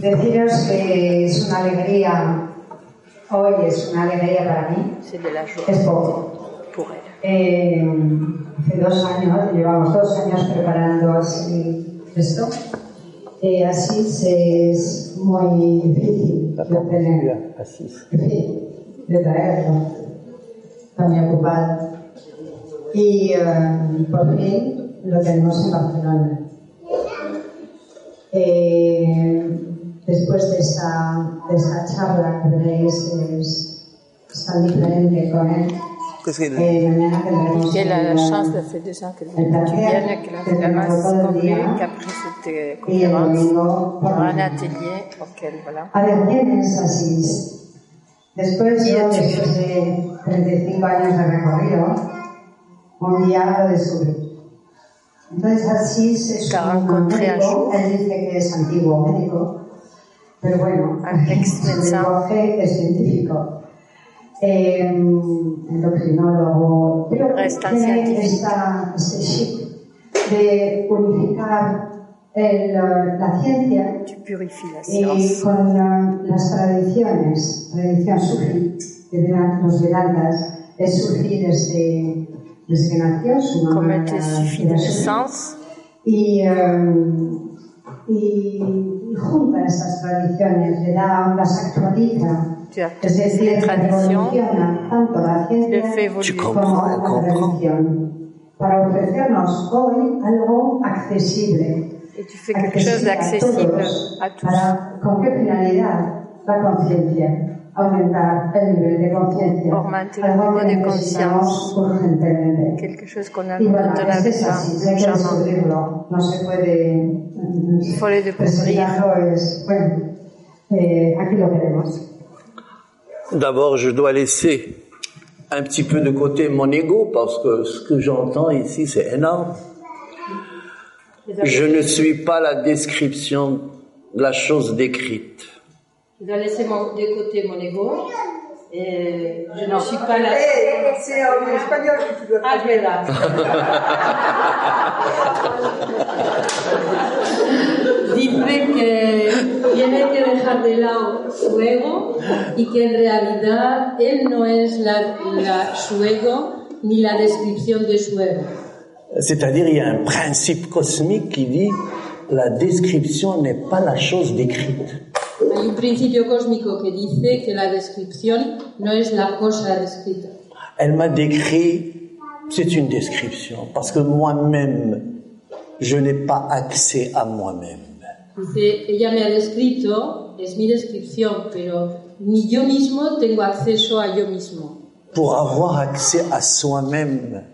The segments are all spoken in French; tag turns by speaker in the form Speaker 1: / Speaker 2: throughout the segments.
Speaker 1: Deciros que es una alegría, hoy es una alegría para mí,
Speaker 2: C'est de la joie
Speaker 1: es poco.
Speaker 2: pour elle.
Speaker 1: Eh, hace dos años, llevamos dos años preparando así esto, Eh, así se es muy difícil de obtener. Sí, de traerlo. Está muy ocupado. Y eh, por fin lo tenemos en Barcelona. Eh, después de esta, de esta charla que veréis es, es tan diferente con él.
Speaker 3: Qu'est-ce qu'il a
Speaker 1: Eh, mañana tendremos
Speaker 2: Qu'elle a la
Speaker 1: el-
Speaker 2: chance, ça fait deux ans qu'elle veut
Speaker 1: Elle
Speaker 2: qu'il vienne, qu'elle a fait la masse commune, qu'après cette euh, conférence, il y aura un atelier auquel, voilà.
Speaker 1: A ver, ¿quién es Asís? Después, yo, después de 35 años de recorrido, un día lo descubrí. Entonces, Asís es
Speaker 2: Car
Speaker 1: un
Speaker 2: rencontré un
Speaker 1: médico,
Speaker 2: jour.
Speaker 1: él dice que es antiguo médico, pero bueno,
Speaker 2: Un ex-médecin.
Speaker 1: su lenguaje es científico. Eh, endocrinólogo, pero
Speaker 2: Es tan
Speaker 1: tiene
Speaker 2: científico.
Speaker 1: esta, este chip de unificar el, eh, la ciencia
Speaker 2: Tu purifies la
Speaker 1: y
Speaker 2: science.
Speaker 1: con la- las tradiciones, tradición sufí, que Veda- los Vedantas, es sufí desde, desde que nació, su mamá
Speaker 2: Comme
Speaker 1: era-
Speaker 2: elle te suffit de
Speaker 1: era sufí.
Speaker 2: sens,
Speaker 1: Y, eh, y, y junta estas tradiciones, le da, las actualiza,
Speaker 2: tu
Speaker 1: es
Speaker 2: as toutes
Speaker 1: decir,
Speaker 2: les traditions,
Speaker 1: evoluciona tanto la
Speaker 2: le
Speaker 1: ciencia
Speaker 2: fais évoluer.
Speaker 3: comprends.
Speaker 1: como la
Speaker 3: comprends.
Speaker 1: religión, para ofrecernos hoy algo accesible
Speaker 2: Et tu fais quelque chose
Speaker 1: accesible
Speaker 2: d'accessible
Speaker 1: a
Speaker 2: à
Speaker 1: todos.
Speaker 2: tous.
Speaker 1: Para- ¿Con qué finalidad? La conciencia. Aumentar el nivel de conciencia.
Speaker 2: Augmenter le
Speaker 1: Algo
Speaker 2: niveau
Speaker 1: que
Speaker 2: de
Speaker 1: necesitamos
Speaker 2: conscience.
Speaker 1: urgentemente.
Speaker 2: Quelque chose qu'on a
Speaker 1: Y bueno,
Speaker 2: dont on a
Speaker 1: es
Speaker 2: besoin,
Speaker 1: así, hay que
Speaker 2: charmant.
Speaker 1: descubrirlo. No se puede mm,
Speaker 2: Il faut le découvrir.
Speaker 1: presentarlo. Es, bueno, eh, aquí lo tenemos.
Speaker 3: D'abord, je dois laisser un petit peu de côté mon ego parce que ce que j'entends ici, c'est énorme. Je ne suis pas la description de la chose décrite.
Speaker 4: Je dois laisser mon- de côté mon ego. Et je ne suis pas là.
Speaker 5: Eh, c'est en espagnol que tu dois
Speaker 4: Ah, je vais là. Dice que tiene que dejar de lado su ego y que en realidad él no es la, la- su ego ni la descripción de su ego.
Speaker 3: C'est-à-dire, il y a un principe cosmique qui dit la description n'est pas la chose décrite.
Speaker 4: Hay un principio cósmico que dice que la descripción no es la cosa descrita.
Speaker 3: Elle m'a décrit, c'est une description, parce que moi-même, je n'ai pas accès à moi-même.
Speaker 4: Dice, ella me ha descrito, es mi descripción, pero ni yo mismo tengo acceso a yo mismo.
Speaker 3: Pour avoir accès à soi-même,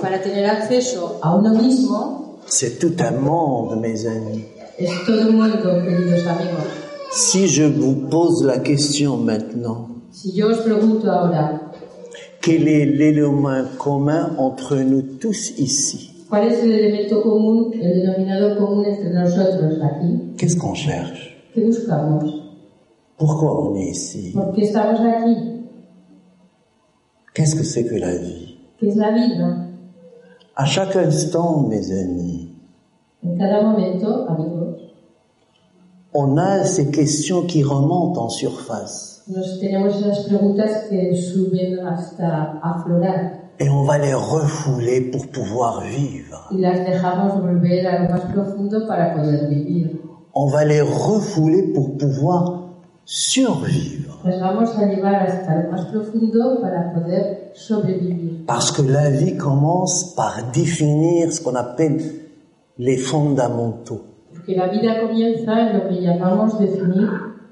Speaker 4: Para tener acceso a uno mismo
Speaker 3: c'est tout un monde, mes amis.
Speaker 4: es todo un mundo, queridos amigos.
Speaker 3: Si je vous pose la question maintenant,
Speaker 4: Si yo os pregunto ahora,
Speaker 3: quel est l'élément commun entre nous tous ici
Speaker 4: ¿cuál es el elemento común, el denominador común entre nosotros aquí?
Speaker 3: Qu'est-ce qu'on cherche
Speaker 4: ¿Qué buscamos?
Speaker 3: Pourquoi on est ici
Speaker 4: ¿Por qué estamos aquí?
Speaker 3: Qu'est-ce que c'est que la vie
Speaker 4: ¿Qué es la vida?
Speaker 3: À chaque instant, mes amis,
Speaker 4: En cada momento, amigos,
Speaker 3: on a ces questions qui remontent en surface.
Speaker 4: nos tenemos esas preguntas que suben hasta aflorar.
Speaker 3: et on va les refouler pour pouvoir vivre.
Speaker 4: y las dejamos volver a lo más profundo para poder vivir.
Speaker 3: On va les refouler pour pouvoir survivre.
Speaker 4: Las vamos a llevar hasta lo más profundo para poder sobrevivir.
Speaker 3: Parce que la vie commence par définir ce qu'on appelle les fondamentaux.
Speaker 4: Porque la vida comienza en lo que llamamos definir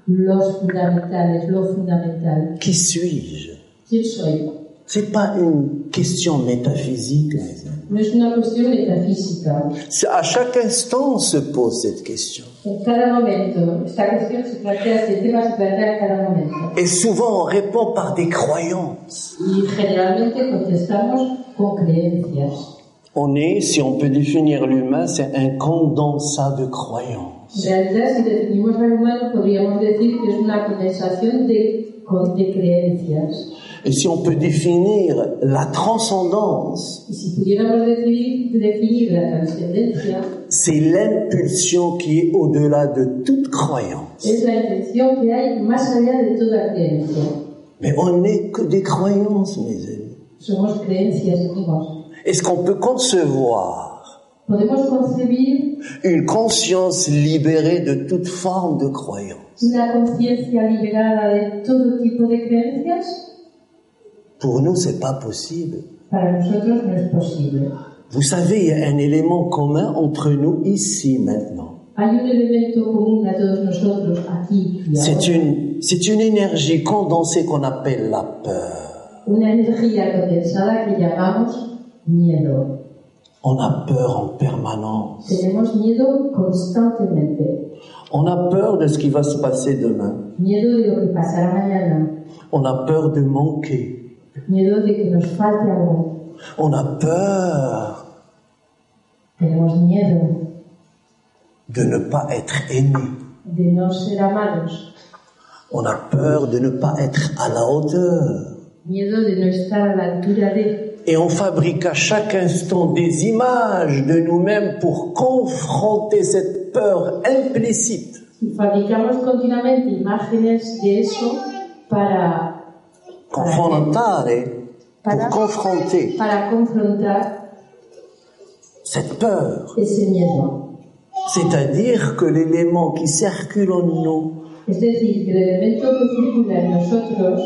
Speaker 4: los fundamentales, lo fundamental.
Speaker 3: Qui suis-je
Speaker 4: ¿Quién soy?
Speaker 3: C'est pas une question métaphysique. mes amis.
Speaker 4: No es una cuestión metafísica.
Speaker 3: C'est à chaque instant on se pose cette question.
Speaker 4: En cada momento, esta cuestión se plantea, este tema se plantea en cada momento.
Speaker 3: Et souvent on répond par des croyances.
Speaker 4: Y generalmente contestamos con creencias.
Speaker 3: On est, si on peut définir l'humain, c'est un condensat de croyances.
Speaker 4: En realidad, si definimos al humano, podríamos decir que es una condensación de, con- de creencias.
Speaker 3: Et si on peut définir la transcendance,
Speaker 4: Y si pudiéramos definir, definir la trascendencia,
Speaker 3: c'est l'impulsion qui est au-delà de toute croyance.
Speaker 4: es la intención que hay más allá de toda creencia.
Speaker 3: Mais on n'est que des croyances, mes amis.
Speaker 4: Somos creencias, amigos.
Speaker 3: Est-ce qu'on peut concevoir
Speaker 4: Podemos concebir
Speaker 3: une conscience libérée de toute forme de croyance
Speaker 4: una conciencia liberada de todo tipo de creencias.
Speaker 3: Pour nous, c'est pas possible.
Speaker 4: Para nosotros no es posible.
Speaker 3: Vous savez, il y a un élément commun entre nous ici maintenant.
Speaker 4: Hay un elemento común a todos nosotros aquí y ahora.
Speaker 3: C'est une, c'est une énergie condensée qu'on appelle la peur.
Speaker 4: Una energía condensada que llamamos miedo.
Speaker 3: On a peur en permanence.
Speaker 4: Tenemos miedo constantemente.
Speaker 3: On a peur de ce qui va se passer demain.
Speaker 4: Miedo de lo que pasará mañana.
Speaker 3: On a peur de manquer.
Speaker 4: Miedo de que nos falte algo.
Speaker 3: On a peur
Speaker 4: Tenemos miedo
Speaker 3: de ne pas être aimé.
Speaker 4: de no ser amados.
Speaker 3: On a peur de ne pas être à la hauteur.
Speaker 4: Miedo de no estar a la altura de.
Speaker 3: Et on fabrique à chaque instant des images de nous-mêmes pour confronter cette peur implicite.
Speaker 4: Y fabricamos continuamente imágenes de eso para,
Speaker 3: Confrontare, pour confronter
Speaker 4: para confrontar
Speaker 3: cette peur.
Speaker 4: ese miedo.
Speaker 3: C'est-à-dire que l'élément qui circule en nous,
Speaker 4: Es decir, que el elemento que circula en nosotros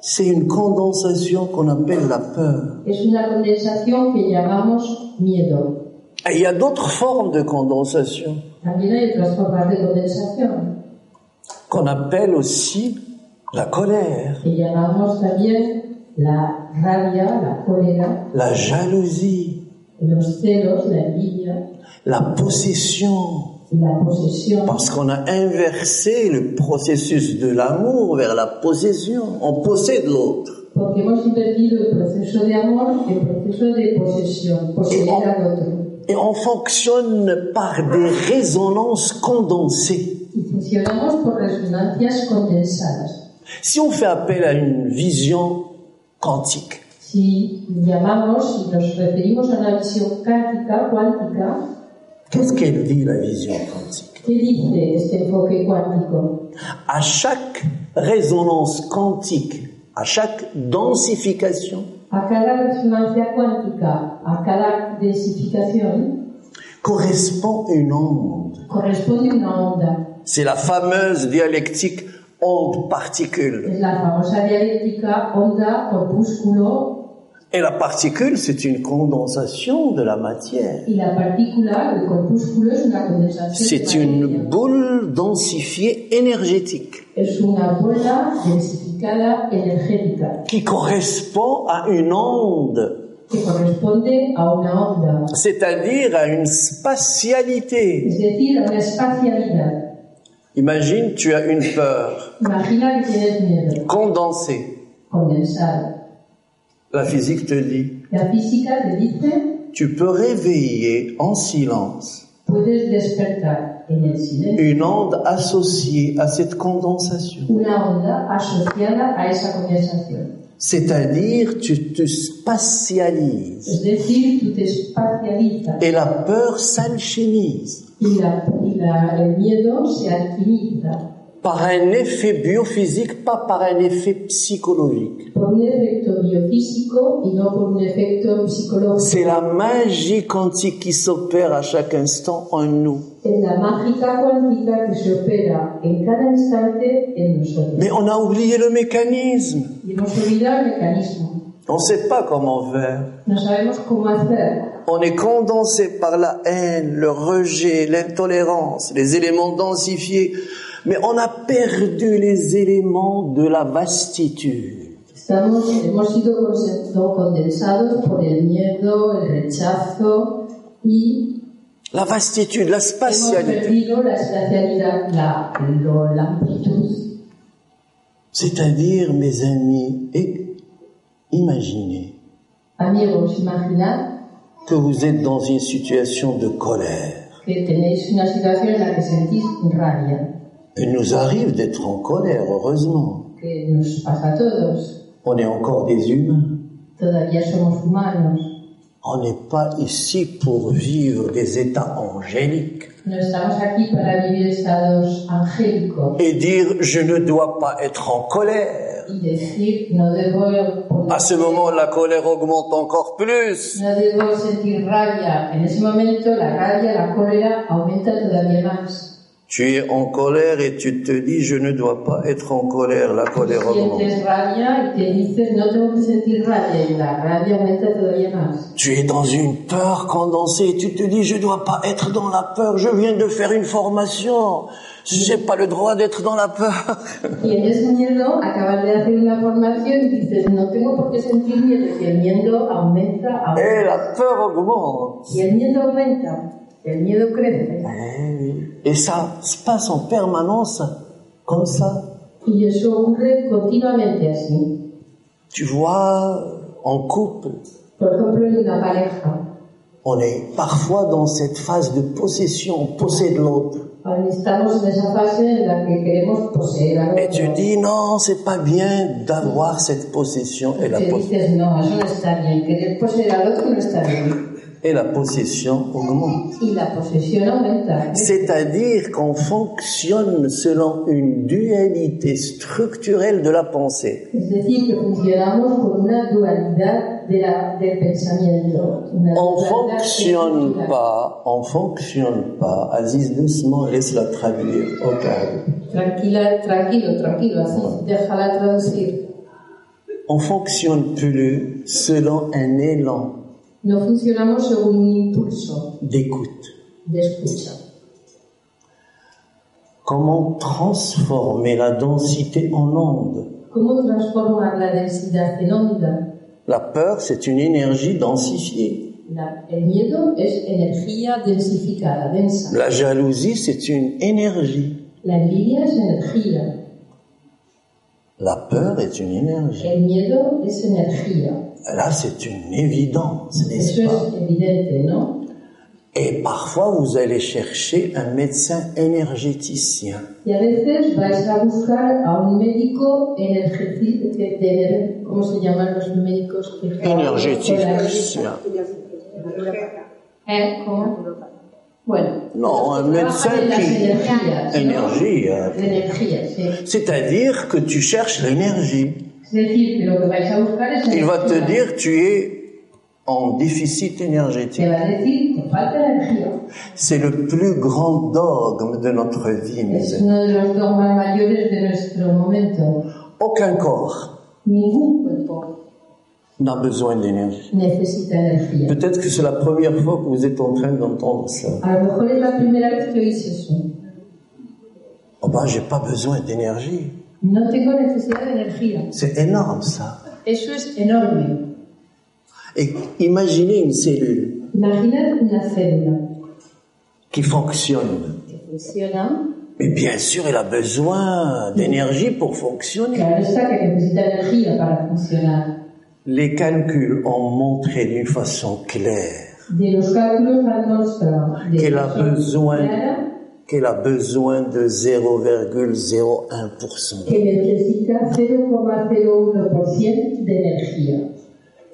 Speaker 3: c'est une condensation qu'on appelle la peur.
Speaker 4: es una condensación que llamamos miedo.
Speaker 3: Et il y a d'autres formes de condensation
Speaker 4: También hay otras formas de condensación
Speaker 3: qu'on appelle aussi la colère,
Speaker 4: que llamamos también la rabia, la cólera,
Speaker 3: la jalousie,
Speaker 4: los celos, la envidia,
Speaker 3: la possession.
Speaker 4: la posesión.
Speaker 3: Parce qu'on a inversé le processus de l'amour vers la possession. On possède l'autre.
Speaker 4: Porque hemos invertido el proceso de amor en proceso de posesión, poseer al otro.
Speaker 3: Et on fonctionne par des résonances condensées.
Speaker 4: Y funcionamos por resonancias condensadas.
Speaker 3: Si on fait appel à une vision quantique,
Speaker 4: Si llamamos, si nos referimos a una visión cuántica, cuántica,
Speaker 3: qu'est-ce qu'elle dit la vision quantique
Speaker 4: ¿qué dice este enfoque cuántico?
Speaker 3: À chaque résonance quantique, à chaque densification,
Speaker 4: A cada resonancia cuántica, a cada densificación,
Speaker 3: correspond une onde.
Speaker 4: corresponde una onda.
Speaker 3: C'est la fameuse dialectique onde-particule.
Speaker 4: Es la famosa dialéctica onda, corpúsculo
Speaker 3: Et la particule, c'est une condensation de la matière.
Speaker 4: y la partícula, el corpúsculo es una condensación. de
Speaker 3: C'est une
Speaker 4: materia.
Speaker 3: boule densifiée énergétique
Speaker 4: es una bola densificada energética
Speaker 3: qui correspond à une onde,
Speaker 4: que corresponde a una onda,
Speaker 3: c'est-à-dire à une spatialité.
Speaker 4: es decir, a una espacialidad.
Speaker 3: Imagine, tu as une peur
Speaker 4: Imagina que tienes miedo,
Speaker 3: condensée.
Speaker 4: condensado.
Speaker 3: La physique te dit,
Speaker 4: La física te dice,
Speaker 3: tu peux réveiller en silence
Speaker 4: puedes despertar en el silencio
Speaker 3: une onde associée à cette condensation.
Speaker 4: una onda asociada a esa condensación.
Speaker 3: C'est-à-dire, tu te spatialises
Speaker 4: Es decir, tú te espacializas
Speaker 3: et la peur s'alchimise
Speaker 4: y, la- y la- el miedo se alquimiza
Speaker 3: par un effet biophysique, pas par un effet psychologique.
Speaker 4: por un efecto biofísico y no por un efecto psicológico.
Speaker 3: C'est la magie quantique qui s'opère à chaque instant en nous.
Speaker 4: en la mágica cuántica que se opera en cada instante en nosotros.
Speaker 3: Mais on a oublié le mécanisme.
Speaker 4: Y hemos olvidado el mecanismo.
Speaker 3: On ne sait pas comment faire.
Speaker 4: No sabemos cómo hacer.
Speaker 3: On est condensé par la haine, le rejet, l'intolérance, les éléments densifiés. Mais on a perdu les éléments de la vastitude.
Speaker 4: Estamos, hemos sido consen- no, condensados por el miedo, el rechazo y
Speaker 3: La vastitude, la
Speaker 4: hemos
Speaker 3: spatialité.
Speaker 4: perdido la espacialidad, la, lo- la amplitud.
Speaker 3: C'est-à-dire, mes amis, et imaginez
Speaker 4: Amigos, imaginad
Speaker 3: que vous êtes dans une situation de colère.
Speaker 4: que tenéis una situación en la que sentís rabia,
Speaker 3: Il nous arrive d'être en colère, heureusement.
Speaker 4: que nos pasa a todos.
Speaker 3: On est encore des humains.
Speaker 4: Todavía somos humanos.
Speaker 3: On n'est pas ici pour vivre des états angéliques
Speaker 4: No estamos aquí para vivir estados angélicos
Speaker 3: et dire je ne dois pas être en colère.
Speaker 4: y decir no debo,
Speaker 3: À ce moment, la colère augmente encore plus.
Speaker 4: no debo sentir rabia. En ese momento la rabia, la cólera aumenta todavía más.
Speaker 3: Tu es en colère et tu te dis je ne dois pas être en colère, la colère augmente.
Speaker 4: Sientes rabia y te dices no tengo que sentir rabia y la rabia aumenta todavía más.
Speaker 3: Tu es dans une peur condensée et tu te dis je dois pas être dans la peur, je viens de faire une formation. J'ai pas le droit d'être dans la peur.
Speaker 4: Tienes miedo, acabas de hacer una formación y dices no tengo por qué sentir miedo y el miedo aumenta aumenta.
Speaker 3: Et la peur augmente.
Speaker 4: Y el miedo aumenta, el miedo crece.
Speaker 3: Eh oui. Et ça se passe en permanence comme ça.
Speaker 4: Y eso ocurre continuamente así.
Speaker 3: Tu vois, en couple,
Speaker 4: Por ejemplo, en una pareja,
Speaker 3: on est parfois dans cette phase de possession, on possède l'autre.
Speaker 4: cuando estamos en esa fase en la que queremos poseer a
Speaker 3: Et tu
Speaker 4: otro,
Speaker 3: dis non, c'est pas bien d'avoir cette possession et la,
Speaker 4: te
Speaker 3: pos-
Speaker 4: dices, no, eso no está bien, querer poseer al otro no está bien.
Speaker 3: et la possession augmente.
Speaker 4: Y la posesión aumenta.
Speaker 3: C'est-à-dire qu'on fonctionne selon une dualité structurelle de la pensée.
Speaker 4: Es decir, que funcionamos con una dualidad de la, del pensamiento. Una
Speaker 3: On
Speaker 4: dualidad
Speaker 3: fonctionne
Speaker 4: estructural.
Speaker 3: pas, on fonctionne pas. Aziz doucement laisse la traduire au calme.
Speaker 4: Tranquila, tranquilo, tranquilo, así, déjala traducir.
Speaker 3: On fonctionne plus selon un élan
Speaker 4: No funcionamos según un impulso
Speaker 3: d'écoute.
Speaker 4: de escucha.
Speaker 3: Comment transformer la densité en onde
Speaker 4: ¿Cómo transformar la densidad en onda?
Speaker 3: La peur, c'est une énergie densifiée.
Speaker 4: La- el miedo es energía densificada, densa.
Speaker 3: La jalousie, c'est une énergie.
Speaker 4: La envidia es energía.
Speaker 3: La peur est une énergie.
Speaker 4: El miedo es energía.
Speaker 3: Là, c'est une évidence, n'est-ce
Speaker 4: Eso
Speaker 3: pas
Speaker 4: es evidente, ¿no?
Speaker 3: Et parfois, vous allez chercher un médecin énergéticien.
Speaker 4: Y a veces vais a buscar a un médico energético, que tener- ¿cómo se llaman los médicos? que-
Speaker 3: Énergéticien.
Speaker 4: ¿Eh? ¿Cómo? Bueno.
Speaker 3: Non, un
Speaker 4: Ah,
Speaker 3: médecin
Speaker 4: trabajan en las
Speaker 3: qui...
Speaker 4: energías, ¿no?
Speaker 3: Énergie. hein.
Speaker 4: Energía, sí.
Speaker 3: C'est-à-dire que tu cherches l'énergie.
Speaker 4: Es decir, que lo que vais a buscar es
Speaker 3: Il va te
Speaker 4: energía.
Speaker 3: dire tu es en déficit
Speaker 4: Te
Speaker 3: énergétique.
Speaker 4: va a decir que falta energía.
Speaker 3: C'est le plus grand dogme de notre vie, mes
Speaker 4: Es
Speaker 3: amis.
Speaker 4: uno de los dogmas mayores de nuestro momento.
Speaker 3: Aucun corps
Speaker 4: Ningún cuerpo
Speaker 3: n'a besoin d'énergie.
Speaker 4: necesita energía.
Speaker 3: Peut-être que c'est la première fois que vous êtes en train d'entendre ça.
Speaker 4: A lo mejor es la primera vez que oís eso.
Speaker 3: Oh ben, j'ai pas besoin d'énergie.
Speaker 4: No tengo necesidad de energía.
Speaker 3: C'est énorme, ça.
Speaker 4: Eso es enorme.
Speaker 3: Et imaginez une cellule
Speaker 4: Imaginad una célula
Speaker 3: qui fonctionne.
Speaker 4: que funciona.
Speaker 3: Mais bien sûr, elle a besoin d'énergie pour fonctionner.
Speaker 4: Claro está que necesita energía para funcionar.
Speaker 3: Les calculs ont montré d'une façon claire
Speaker 4: De los cálculos han mostrado de
Speaker 3: qu'elle a
Speaker 4: forma
Speaker 3: besoin
Speaker 4: clara
Speaker 3: qu'elle a besoin de 0,01%.
Speaker 4: que necesita 0,01% de energía.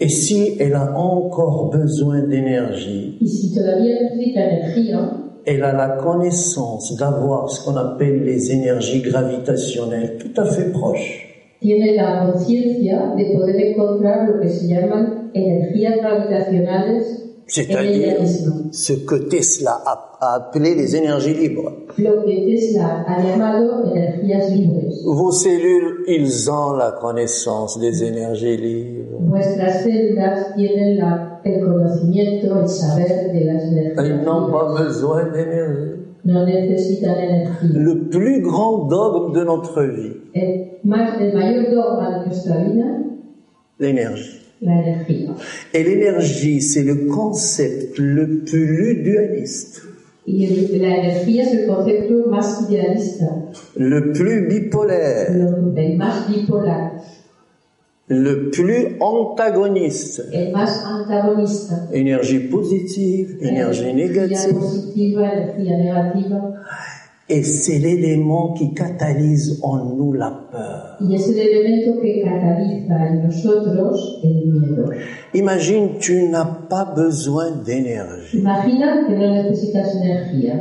Speaker 3: Et si elle a encore besoin d'énergie,
Speaker 4: Y si todavía necesita energía,
Speaker 3: elle a la connaissance d'avoir ce qu'on appelle les énergies gravitationnelles tout à fait proches.
Speaker 4: tiene la conciencia de poder encontrar lo que se llaman energías gravitacionales en ella
Speaker 3: C'est-à-dire
Speaker 4: misma,
Speaker 3: ce que Tesla a, a appelé les énergies libres.
Speaker 4: lo que Tesla ha llamado energías libres.
Speaker 3: Vos cellules, ils ont la connaissance des énergies libres.
Speaker 4: Vuestras células tienen la- el conocimiento, el saber de las energías
Speaker 3: Ils n'ont
Speaker 4: libres.
Speaker 3: pas besoin d'énergie.
Speaker 4: No necesitan energía.
Speaker 3: Le plus grand dogme de notre vie,
Speaker 4: El, más, el mayor dogma de nuestra vida,
Speaker 3: l'énergie.
Speaker 4: la energía.
Speaker 3: Et l'énergie, c'est le concept le plus dualiste,
Speaker 4: Y el- la energía es el concepto más idealista,
Speaker 3: le plus bipolaire,
Speaker 4: lo- el más bipolar,
Speaker 3: le plus antagoniste.
Speaker 4: el más antagonista.
Speaker 3: Énergie positive, énergie
Speaker 4: Energía
Speaker 3: négative.
Speaker 4: positiva, energía negativa.
Speaker 3: Et c'est l'élément qui catalyse en nous la peur.
Speaker 4: Y es el elemento que cataliza en nosotros el miedo.
Speaker 3: Imagine, tu n'as pas besoin d'énergie.
Speaker 4: Imagina que no necesitas energía,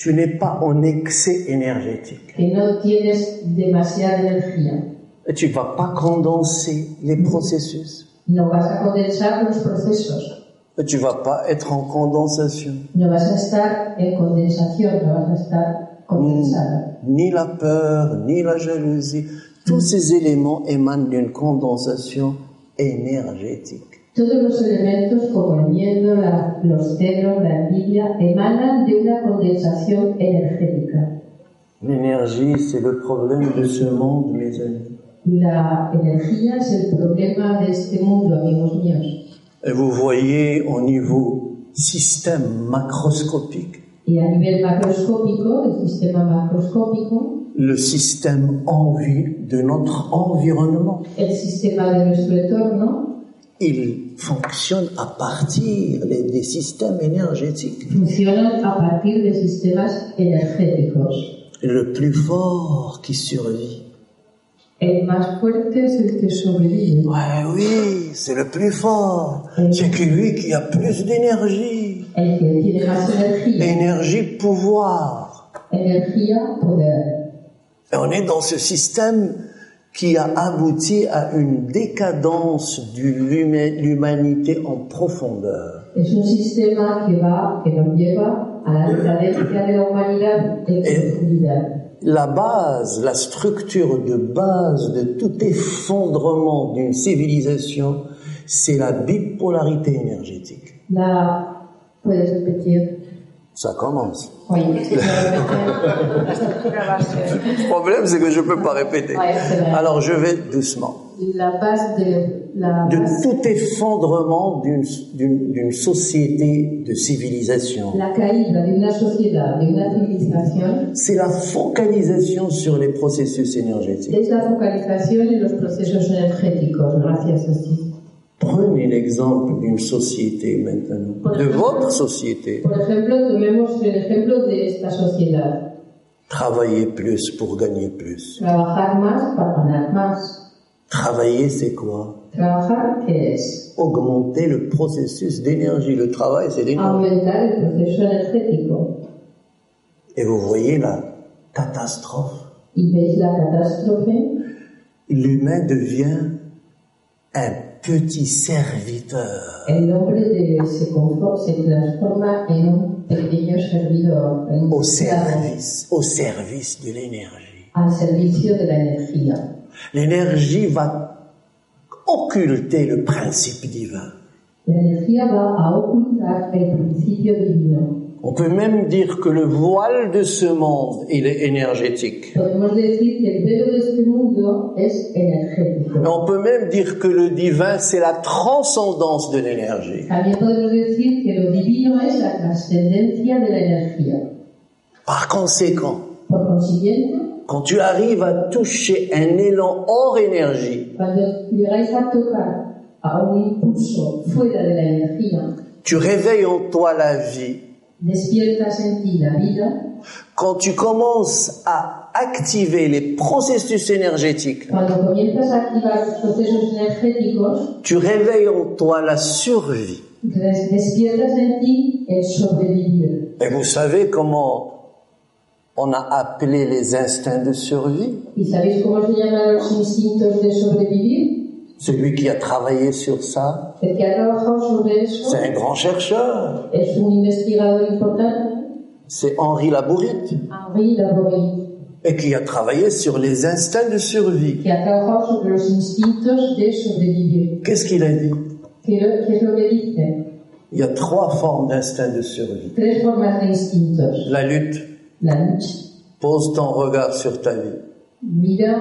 Speaker 3: Tu n'es pas en excès énergétique.
Speaker 4: que no tienes demasiada energía.
Speaker 3: Et tu ne vas pas condenser les processus.
Speaker 4: No vas a condensar los procesos,
Speaker 3: Et tu ne vas pas être en condensation.
Speaker 4: no vas a estar en condensación, no vas a estar condensada.
Speaker 3: Hmm. Ni la peur, ni la jalousie. Tous ces éléments émanent d'une condensation énergétique.
Speaker 4: Todos los elementos como el miedo, la- los celos, la envidia, emanan de una condensación energética.
Speaker 3: L'énergie, c'est le problème de ce monde, mes amis.
Speaker 4: La energía es el problema de este mundo, amigos míos.
Speaker 3: Et vous voyez au niveau système macroscopique,
Speaker 4: Y a nivel macroscópico, el sistema macroscópico,
Speaker 3: le système envie de notre environnement.
Speaker 4: el sistema de nuestro entorno
Speaker 3: Il fonctionne à partir des- des systèmes énergétiques.
Speaker 4: funciona a partir de sistemas energéticos.
Speaker 3: Et le plus fort qui survit.
Speaker 4: El más fuerte es el que sobrevive.
Speaker 3: Ouais, oui, c'est le plus fort. C'est que lui qui a plus d'énergie.
Speaker 4: El que tiene más energía,
Speaker 3: Énergie, pouvoir.
Speaker 4: energía, poder.
Speaker 3: Et on est dans ce système qui a abouti à une décadence de l'huma- l'humanité en profondeur.
Speaker 4: Es un sistema que va, que nos lleva a la decadencia de la humanidad en profundidad.
Speaker 3: La base, la structure de base de tout effondrement d'une civilisation, c'est la bipolarité énergétique.
Speaker 4: La puedes repetir.
Speaker 3: Ça commence.
Speaker 4: Oye, es que
Speaker 3: Le problème, c'est que je ne peux pas répéter.
Speaker 4: Ouais, c'est vrai.
Speaker 3: Alors, je vais doucement.
Speaker 6: La paz de la
Speaker 3: de tout effondrement d'une- d'une d'une société de civilisation.
Speaker 4: la caída de una sociedad, de una civilización,
Speaker 3: C'est la focalisation sur les processus énergétiques.
Speaker 4: es la focalización en los procesos energéticos, gracias a ti.
Speaker 3: Prenez l'exemple d'une société maintenant, de votre société.
Speaker 4: Por ejemplo, tomemos el ejemplo de esta sociedad.
Speaker 3: Travailler plus pour gagner plus.
Speaker 4: Trabajar más para ganar más.
Speaker 3: Travailler, c'est quoi
Speaker 4: Trabajar, ¿qué es?
Speaker 3: Augmenter le processus d'énergie. Le travail, c'est l'énergie.
Speaker 4: Aumentar el proceso energético.
Speaker 3: Et vous voyez la catastrophe.
Speaker 4: y veis la catástrofe,
Speaker 3: L'humain devient un petit serviteur.
Speaker 4: el hombre de- se, confo- se transforma en un pequeño servidor, en un
Speaker 3: au
Speaker 4: esclavo,
Speaker 3: service, au service de l'énergie.
Speaker 4: al servicio de la energía.
Speaker 3: L'énergie va occulter le principe divin.
Speaker 4: La energía va a ocultar el principio divino.
Speaker 3: On peut même dire que le voile de ce monde, il est énergétique.
Speaker 4: Podemos decir que el velo de este mundo es energético.
Speaker 3: Et on peut même dire que le divin, c'est la transcendance de l'énergie.
Speaker 4: También podemos decir que lo divino es la trascendencia de la energía.
Speaker 3: Par conséquent,
Speaker 4: Por consiguiente,
Speaker 3: quand tu arrives à toucher un élan hors énergie,
Speaker 4: cuando llegáis a tocar a un impulso fuera de la energía,
Speaker 3: tu réveilles en toi la vie.
Speaker 4: despiertas en ti la vida,
Speaker 3: Quand tu commences à activer les processus énergétiques,
Speaker 4: cuando comienzas a activar los procesos energéticos,
Speaker 3: tu réveilles en toi la survie.
Speaker 4: des- despiertas en ti el sobrevivir.
Speaker 3: Et vous savez comment on a appelé les instincts de survie
Speaker 4: ¿Y sabéis cómo se llaman los instintos de sobrevivir?
Speaker 3: Celui qui a travaillé sur ça,
Speaker 4: El que ha trabajado sobre eso
Speaker 3: c'est un grand chercheur,
Speaker 4: es un investigador importante,
Speaker 3: c'est Henri Labourite,
Speaker 4: Henri Laborie,
Speaker 3: et qui a travaillé sur les instincts de survie.
Speaker 4: que ha trabajado sobre los instintos de sobrevivir.
Speaker 3: Qu'est-ce qu'il a dit
Speaker 4: ¿Qué, lo- qué es lo que dice?
Speaker 3: Il y a trois formes d'instincts de survie.
Speaker 4: Tres formas de instintos.
Speaker 3: La lutte,
Speaker 4: La lucha,
Speaker 3: pose ton regard sur ta vie,
Speaker 4: mira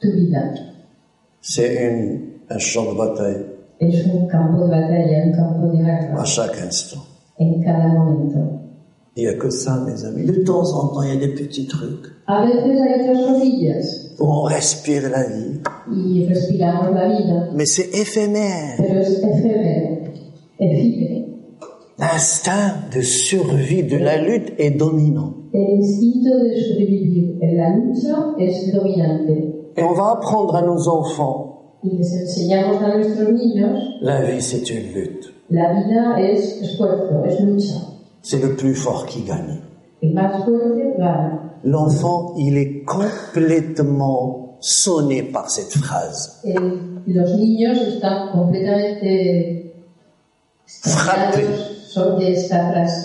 Speaker 4: tu vida.
Speaker 3: c'est une- un champ de bataille
Speaker 4: Es un campo de batalla, un campo de guerra.
Speaker 3: à chaque instant.
Speaker 4: en cada momento.
Speaker 3: Il n'y a que ça, mes amis. De temps en temps, il y a des petits trucs
Speaker 4: A veces hay otras cosillas
Speaker 3: où on respire la vie,
Speaker 4: y respiramos la vida,
Speaker 3: mais c'est éphémère.
Speaker 4: pero es efímero, efímero.
Speaker 3: L'instinct de survie de la lutte est dominant.
Speaker 4: El instinto de sobrevivir en la lucha es dominante.
Speaker 3: Et on va apprendre à nos enfants,
Speaker 4: Y les enseñamos a nuestros niños,
Speaker 3: la vie c'est une lutte.
Speaker 4: la vida es esfuerzo, es lucha.
Speaker 3: C'est le plus fort qui gagne.
Speaker 4: El más fuerte gana.
Speaker 3: L'enfant, il est complètement sonné par cette phrase.
Speaker 4: El- los niños están completamente
Speaker 3: Frappé.
Speaker 4: estrellados sobre esta frase.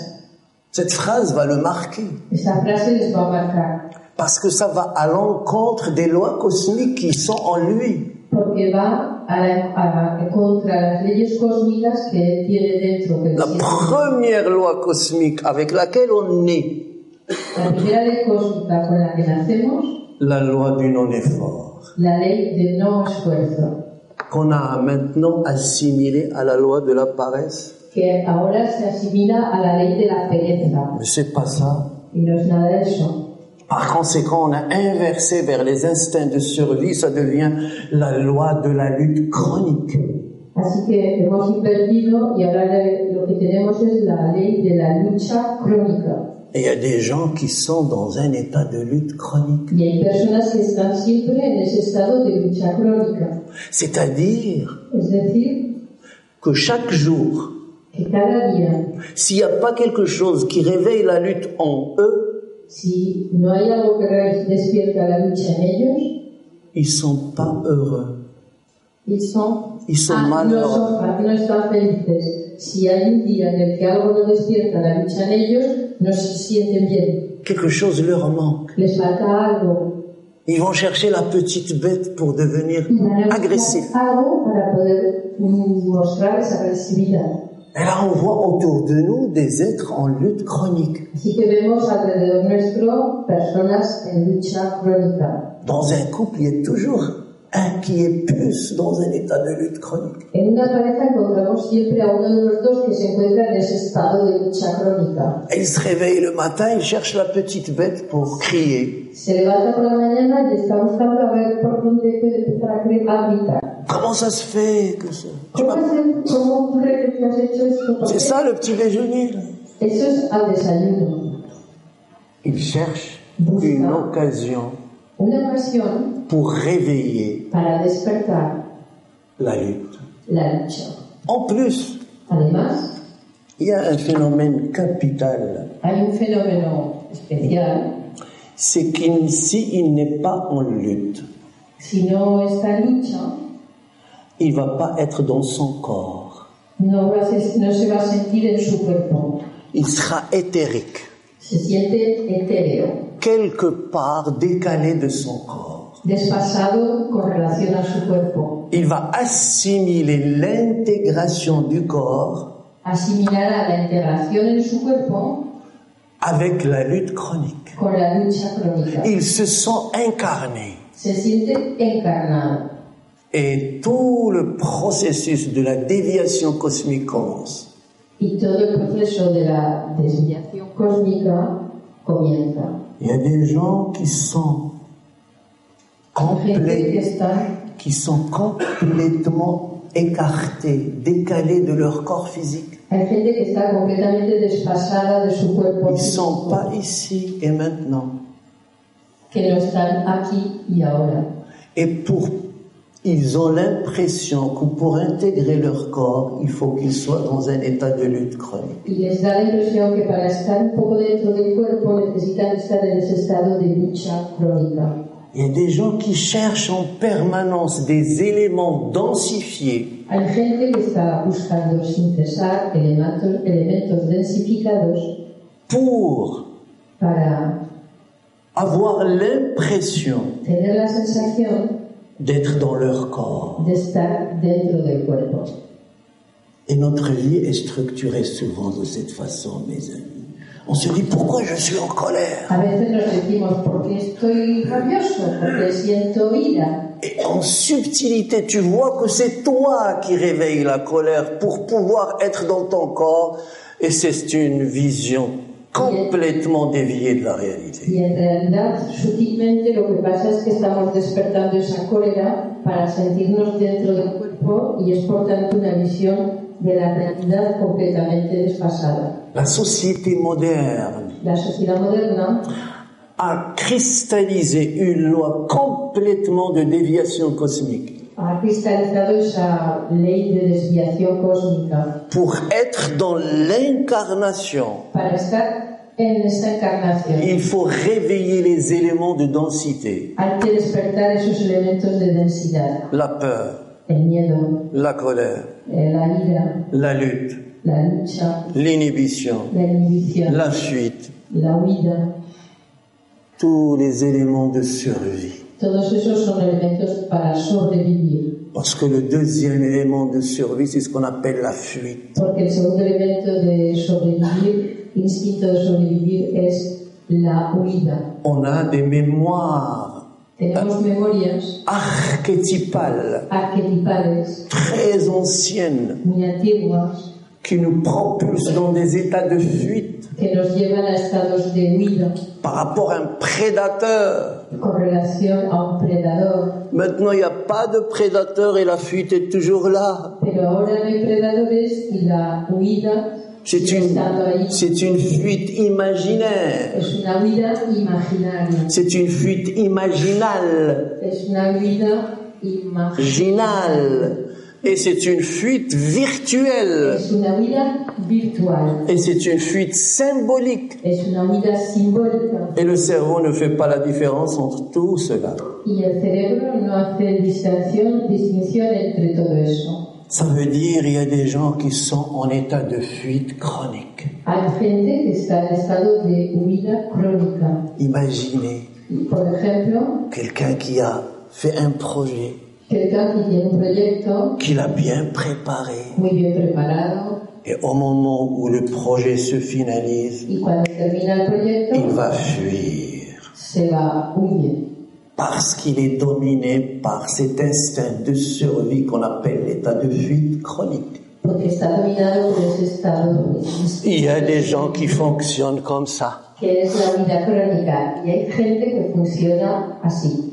Speaker 3: Cette phrase va le marquer
Speaker 4: Esta frase les va a marcar
Speaker 3: parce que ça va à l'encontre des lois cosmiques qui sont en lui.
Speaker 4: porque va a la- a- contra las leyes cósmicas que él tiene dentro. que él
Speaker 3: La
Speaker 4: siente.
Speaker 3: première loi cosmique avec laquelle on naît,
Speaker 4: La primera ley cósmica con la que nacemos,
Speaker 3: la loi du non-effort,
Speaker 4: la ley del no esfuerzo,
Speaker 3: qu'on a maintenant assimilée à la loi de la paresse.
Speaker 4: que ahora se asimila a la ley de la pereza,
Speaker 3: Mais c'est pas ça.
Speaker 4: y no es nada de eso.
Speaker 3: Par conséquent, on a inversé vers les instincts de survie, ça devient la loi de la lutte chronique.
Speaker 4: Así que hemos invertido y ahora le- lo que tenemos es la ley de la lucha crónica.
Speaker 3: Et il y a des gens qui sont dans un état de lutte chronique.
Speaker 4: Y hay personas que están siempre en ese estado de lucha crónica.
Speaker 3: C'est-à-dire
Speaker 4: Es decir,
Speaker 3: que chaque jour,
Speaker 4: que cada día
Speaker 3: s'il n'y a pas quelque chose qui réveille la lutte en eux,
Speaker 4: Si no hay algo que re- despierta la lucha en ellos,
Speaker 3: ils sont pas heureux.
Speaker 4: ils sont,
Speaker 3: Ils sont
Speaker 4: ah, no,
Speaker 3: malheureux.
Speaker 4: son- no están felices. Si hay un día en el que algo no despierta la lucha en ellos, no se sienten bien.
Speaker 3: Quelque chose leur manque.
Speaker 4: Les falta algo.
Speaker 3: Ils vont chercher la petite bête pour devenir
Speaker 4: Van a buscar
Speaker 3: agressifs.
Speaker 4: Algo para poder mm, mostrar esa agresividad.
Speaker 3: Et là, on voit autour de nous des êtres en lutte chronique.
Speaker 4: Así que vemos alrededor nuestro personas en lucha crónica.
Speaker 3: Dans un couple, il y a toujours un qui est plus dans un état de lutte chronique.
Speaker 4: En una pareja encontramos siempre a uno de los dos que se encuentra en ese estado de lucha crónica.
Speaker 3: Et il se réveille le matin, il cherche la petite bête pour crier.
Speaker 4: Se levanta por la mañana y está buscando a ver por dónde puede empezar a cre- a gritar.
Speaker 3: Comment ça se fait que ce- tu
Speaker 4: ¿Cómo,
Speaker 3: m'as-
Speaker 4: se- cómo ocurre que tú has hecho esto? ¿Por
Speaker 3: C'est
Speaker 4: qué?
Speaker 3: ça le petit déjeuner là
Speaker 4: Eso es al desayuno.
Speaker 3: Il cherche
Speaker 4: Bouge
Speaker 3: une
Speaker 4: pas.
Speaker 3: occasion
Speaker 4: Una ocasión
Speaker 3: pour réveiller
Speaker 4: para despertar
Speaker 3: la lutte.
Speaker 4: la lucha.
Speaker 3: En plus,
Speaker 4: Además,
Speaker 3: il y a un phénomène capital,
Speaker 4: hay un fenómeno especial.
Speaker 3: c'est qu'il s'il n'est pas en lutte,
Speaker 4: Si no está en lucha,
Speaker 3: il va pas être dans son corps.
Speaker 4: no, va a ser- no se va a sentir en su cuerpo.
Speaker 3: Il sera éthérique,
Speaker 4: Se siente etéreo,
Speaker 3: quelque part décalé de son corps.
Speaker 4: desfasado con relación a su cuerpo.
Speaker 3: Il va assimiler l'intégration du corps
Speaker 4: Asimilará la integración en su cuerpo
Speaker 3: avec la lutte chronique.
Speaker 4: con la lucha crónica.
Speaker 3: Il se sent incarné
Speaker 4: Se siente encarnado.
Speaker 3: et tout le processus de la déviation cosmique commence.
Speaker 4: Y todo el proceso de la desviación cósmica comienza.
Speaker 3: Il y a des gens qui sont
Speaker 4: Gente que
Speaker 3: complets,
Speaker 4: está
Speaker 3: qui sont complètement écartés, décalés de leur corps physique.
Speaker 4: hay gente que está completamente desfasada de su cuerpo.
Speaker 3: Ils
Speaker 4: físico,
Speaker 3: sont pas ici et maintenant.
Speaker 4: Que no están aquí y ahora.
Speaker 3: Et pour, ils ont l'impression que pour intégrer leur corps, il faut qu'ils soient dans un état de lutte chronique.
Speaker 4: Y les da la impresión que para estar un poco dentro del cuerpo necesitan estar en ese estado de lucha crónica.
Speaker 3: Il y a des gens qui cherchent en permanence des éléments densifiés
Speaker 4: Hay gente que está buscando sin cesar elementos, elementos densificados
Speaker 3: pour
Speaker 4: para
Speaker 3: avoir l'impression
Speaker 4: tener la sensación
Speaker 3: d'être dans leur corps.
Speaker 4: de estar dentro del cuerpo.
Speaker 3: Et notre vie est structurée souvent de cette façon, mes amis. On se dit pourquoi je suis en colère
Speaker 4: A veces nos decimos, ¿por qué estoy rabioso? ¿Por qué siento ira?
Speaker 3: Et en subtilité, tu vois que c'est toi qui réveille la colère pour pouvoir être dans ton corps. Et c'est une vision complètement déviée de la réalité.
Speaker 4: Y en realidad, sutilmente, lo que pasa es que estamos despertando esa cólera para sentirnos dentro del cuerpo y es por tanto una visión de la realidad completamente desfasada.
Speaker 3: La société moderne
Speaker 4: La sociedad moderna
Speaker 3: a cristallisé une loi complètement de déviation cosmique.
Speaker 4: ha cristalizado esa ley de desviación cósmica
Speaker 3: Pour être dans l'incarnation,
Speaker 4: para estar en esta encarnación.
Speaker 3: il faut réveiller les éléments de densité,
Speaker 4: Hay que despertar esos elementos de densidad,
Speaker 3: la peur,
Speaker 4: el miedo,
Speaker 3: la colère,
Speaker 4: eh, la ira,
Speaker 3: la lutte,
Speaker 4: la lucha,
Speaker 3: l'inhibition,
Speaker 4: la inhibición,
Speaker 3: la fuite,
Speaker 4: la huida.
Speaker 3: tous les éléments de survie.
Speaker 4: Todos esos son elementos para sobrevivir,
Speaker 3: Parce que le deuxième élément de survie, c'est ce qu'on appelle la fuite.
Speaker 4: porque el segundo elemento de sobrevivir, instinto de sobrevivir, es la huida.
Speaker 3: On a des mémoires
Speaker 4: Tenemos memorias
Speaker 3: archétypales,
Speaker 4: arquetipales
Speaker 3: très anciennes,
Speaker 4: muy antiguas
Speaker 3: qui nous propulsent dans des états de fuite
Speaker 4: que nos llevan a estados de huida
Speaker 3: par rapport à un prédateur.
Speaker 4: con relación a un predador.
Speaker 3: Maintenant, il n'y a pas de prédateur et la fuite est toujours là.
Speaker 4: Pero ahora no hay predadores y la huida
Speaker 3: C'est
Speaker 4: sigue
Speaker 3: une,
Speaker 4: estando ahí.
Speaker 3: c'est une fuite imaginaire.
Speaker 4: Es una huida imaginaria.
Speaker 3: C'est une fuite imaginale,
Speaker 4: Es una huida imaginaria.
Speaker 3: ginale. Et c'est une fuite virtuelle.
Speaker 4: Es una huida virtual.
Speaker 3: Et c'est une fuite symbolique.
Speaker 4: Es una huida simbólica.
Speaker 3: Et le cerveau ne fait pas la différence entre tout cela.
Speaker 4: Y el cerebro no hace distinción, distinción entre todo eso.
Speaker 3: Ça veut dire il y a des gens qui sont en état de fuite chronique.
Speaker 4: Hay gente que está en estado de huida crónica.
Speaker 3: Imaginez
Speaker 4: Por ejemplo,
Speaker 3: quelqu'un qui a fait un projet,
Speaker 4: Quelqu'an que tiene un proyecto
Speaker 3: qu'il a bien préparé.
Speaker 4: muy bien preparado
Speaker 3: Et au moment où le projet se finalise,
Speaker 4: y cuando termina el
Speaker 3: il
Speaker 4: proyecto
Speaker 3: va fuir.
Speaker 4: se va huye
Speaker 3: Parce qu'il est dominé par cet instinct de survie qu'on appelle l'état de fuite chronique.
Speaker 4: porque está dominado por ese estado de-
Speaker 3: Il y a des gens qui fonctionnent comme ça.
Speaker 4: que es la vida crónica y hay gente que funciona así.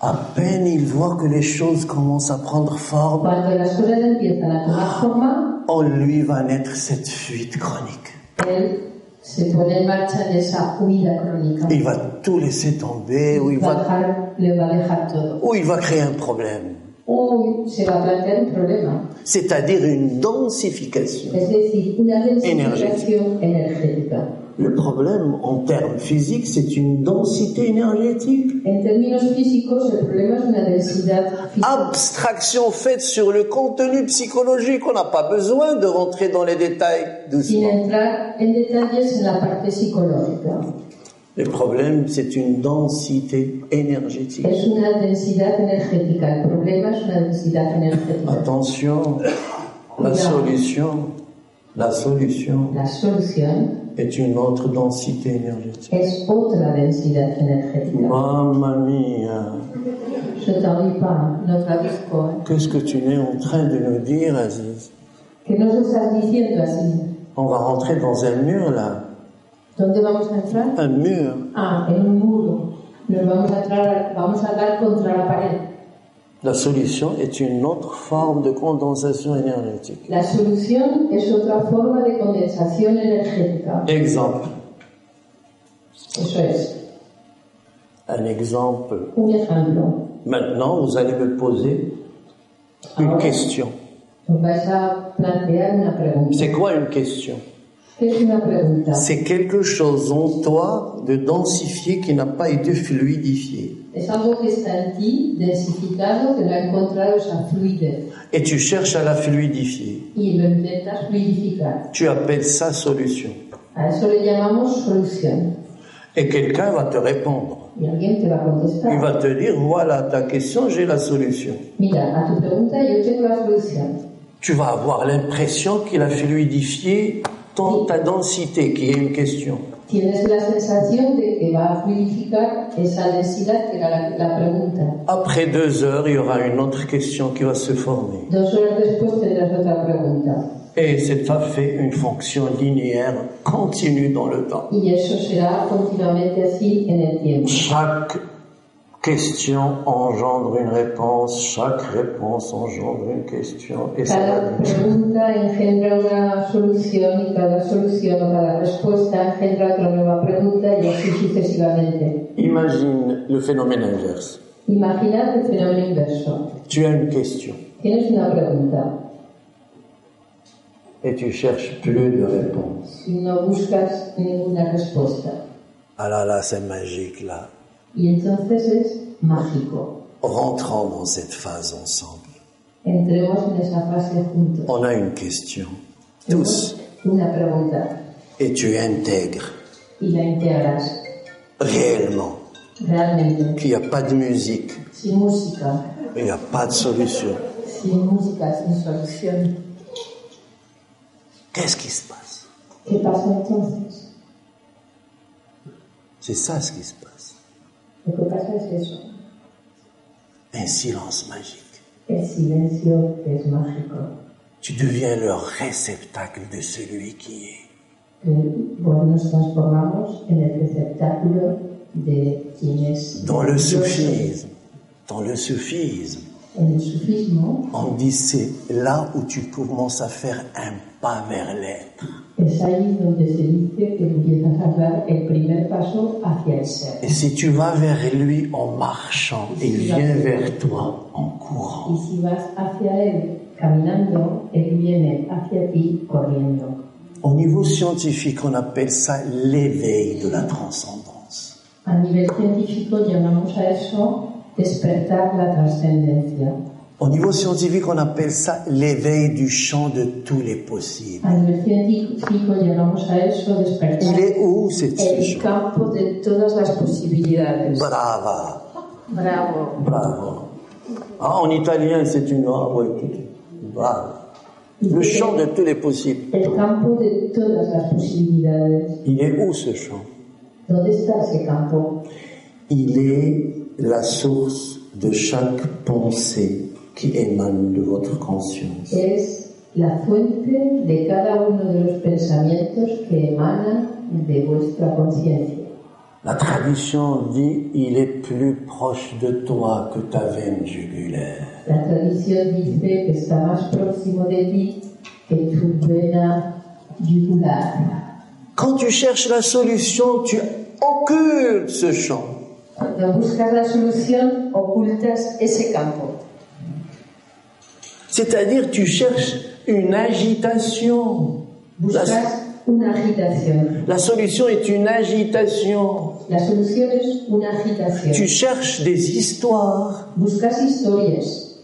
Speaker 3: À peine ils voient que les choses commencent à prendre forme,
Speaker 4: Cuando las cosas empiezan a tomar forma,
Speaker 3: en lui va naître cette fuite chronique.
Speaker 4: él se pone en marcha en esa huida crónica.
Speaker 3: Il va tout laisser tomber, ou il
Speaker 4: Va a
Speaker 3: va,
Speaker 4: dejar- le va a dejar todo.
Speaker 3: ou il va créer un problème.
Speaker 4: Uy, se va a plantear un problema.
Speaker 3: C'est-à-dire une densification.
Speaker 4: Es decir, una densificación energética.
Speaker 3: Le problème, en termes physiques, c'est une densité énergétique.
Speaker 4: En términos físicos, el problema es una densidad
Speaker 3: Ah,
Speaker 4: física.
Speaker 3: Abstraction faite sur le contenu psychologique. On n'a pas besoin de rentrer dans les détails
Speaker 4: Sin
Speaker 3: doucement.
Speaker 4: entrar en detalles en la parte psicológica,
Speaker 3: Le problème, c'est une densité énergétique.
Speaker 4: es una densidad energética. El problema es una densidad energética.
Speaker 3: Attention, la solution, la solution
Speaker 4: La solución
Speaker 3: est une autre densité énergétique. Ah,
Speaker 4: es otra densidad energética.
Speaker 3: Mamma mia,
Speaker 4: Je t'en pas, no traduco. ¿eh?
Speaker 3: qu'est-ce que tu es en train de nous dire, Aziz
Speaker 4: Que nos estás diciendo así.
Speaker 3: On va rentrer dans un mur là,
Speaker 4: ¿Dónde vamos a entrar?
Speaker 3: un mur.
Speaker 4: Ah, en un muro. Nos vamos a entrar, vamos a dar contra la pared.
Speaker 3: La solution est une autre forme de condensation énergétique.
Speaker 4: La solución es otra forma de condensación energética.
Speaker 3: Exemple,
Speaker 4: Eso es.
Speaker 3: un exemple.
Speaker 4: Un ejemplo.
Speaker 3: Maintenant, vous allez me poser une question.
Speaker 4: Os vais a plantear una pregunta.
Speaker 3: C'est quoi une question
Speaker 4: ¿Qué es una pregunta?
Speaker 3: C'est quelque chose en toi de densifié qui n'a pas été fluidifié.
Speaker 4: Es algo que está en ti, densificado, que no ha encontrado esa fluidez
Speaker 3: Et tu cherches à la fluidifier.
Speaker 4: y lo intentas fluidificar.
Speaker 3: Tu appelles ça solution.
Speaker 4: A eso le llamamos solución.
Speaker 3: Et quelqu'un va te répondre.
Speaker 4: Y alguien te va a
Speaker 3: Il
Speaker 4: contestar.
Speaker 3: va te dire, voilà ta question, j'ai la solution.
Speaker 4: Mira, a tu pregunta yo tengo la solución.
Speaker 3: Tu vas avoir l'impression qu'il a fluidifié tant ta densité, qui est une question.
Speaker 4: Tienes la sensación de que va a fluidificar esa densidad que era la, la pregunta.
Speaker 3: Après deux heures, il y aura une autre question qui va se former.
Speaker 4: Dos horas después tendrás otra pregunta.
Speaker 3: Et c'est à fait une fonction linéaire continue dans le temps.
Speaker 4: Y eso será continuamente así en el tiempo.
Speaker 3: Chaque question engendre une réponse, chaque réponse engendre une question. Et ça va
Speaker 4: Cada pregunta engendra una solución y cada solución o cada respuesta engendra otra nueva pregunta y así sucesivamente.
Speaker 3: Imagine le phénomène inverse.
Speaker 4: Imaginad el fenómeno inverso.
Speaker 3: Tu as une question
Speaker 4: Tienes una pregunta
Speaker 3: et tu cherches plus de réponse.
Speaker 4: y no buscas ninguna respuesta.
Speaker 3: Ah là là, c'est magique là.
Speaker 4: Y entonces es mágico.
Speaker 3: Rentrons dans cette phase ensemble.
Speaker 4: Entremos en esa fase juntos.
Speaker 3: On a une question, tous,
Speaker 4: Una pregunta
Speaker 3: et tu intègres
Speaker 4: y la integras
Speaker 3: réellement
Speaker 4: realmente,
Speaker 3: qu'il n'y a pas de musique,
Speaker 4: sin música,
Speaker 3: il n'y a pas de solution.
Speaker 4: sin música, sin solución.
Speaker 3: Qu'est-ce qui se passe
Speaker 4: ¿Qué pasa entonces?
Speaker 3: C'est ça ce qui se passe.
Speaker 4: Lo que pasa es eso,
Speaker 3: Un silence magique.
Speaker 4: el silencio que es mágico.
Speaker 3: Tu deviens le réceptacle de celui qui est.
Speaker 4: Que bueno, nos transformamos en el receptáculo de quienes...
Speaker 3: Dans le soufisme, dans le soufisme,
Speaker 4: En el sufismo
Speaker 3: on dit c'est là où tu commences à faire un pas vers l'être.
Speaker 4: es ahí donde se dice que empiezas a dar el primer paso hacia el ser.
Speaker 3: Et si tu vas vers lui en marchant, il vient vers toi en courant.
Speaker 4: Y si vas hacia él caminando, él viene hacia ti corriendo.
Speaker 3: Au niveau scientifique, on appelle ça l'éveil de la transcendance.
Speaker 4: A nivel científico llamamos a eso despertar la trascendencia.
Speaker 3: Au niveau scientifique, on appelle ça l'éveil du champ de tous les possibles.
Speaker 4: A nivel científico llamamos a eso
Speaker 3: Il
Speaker 4: despertar
Speaker 3: est où cette
Speaker 4: el
Speaker 3: champ
Speaker 4: campo de todas las posibilidades.
Speaker 3: Brava,
Speaker 4: Bravo.
Speaker 3: bravo. Ah, en italien, c'est une... Ah, ouais, tout- bravo. Le champ de tous les possibles.
Speaker 4: El campo de todas las posibilidades.
Speaker 3: Il est où ce champ
Speaker 4: ¿Dónde está ese campo?
Speaker 3: Il est la source de chaque pensée qui émane de votre conscience.
Speaker 4: es la fuente de cada uno de los pensamientos que emanan de vuestra conciencia.
Speaker 3: La tradition dit il est plus proche de toi que ta veine jugulaire.
Speaker 4: La tradición dice que está más próximo de ti que tu vena yugular.
Speaker 3: Quand tu cherches la solution, tu occultes ce champ.
Speaker 4: Cuando buscas la solución, ocultas ese campo.
Speaker 3: C'est-à-dire tu cherches une agitation. La,
Speaker 4: Buscas una agitación.
Speaker 3: la solution est une agitation.
Speaker 4: La solución es una agitación.
Speaker 3: Tu cherches des histoires.
Speaker 4: Buscas historias.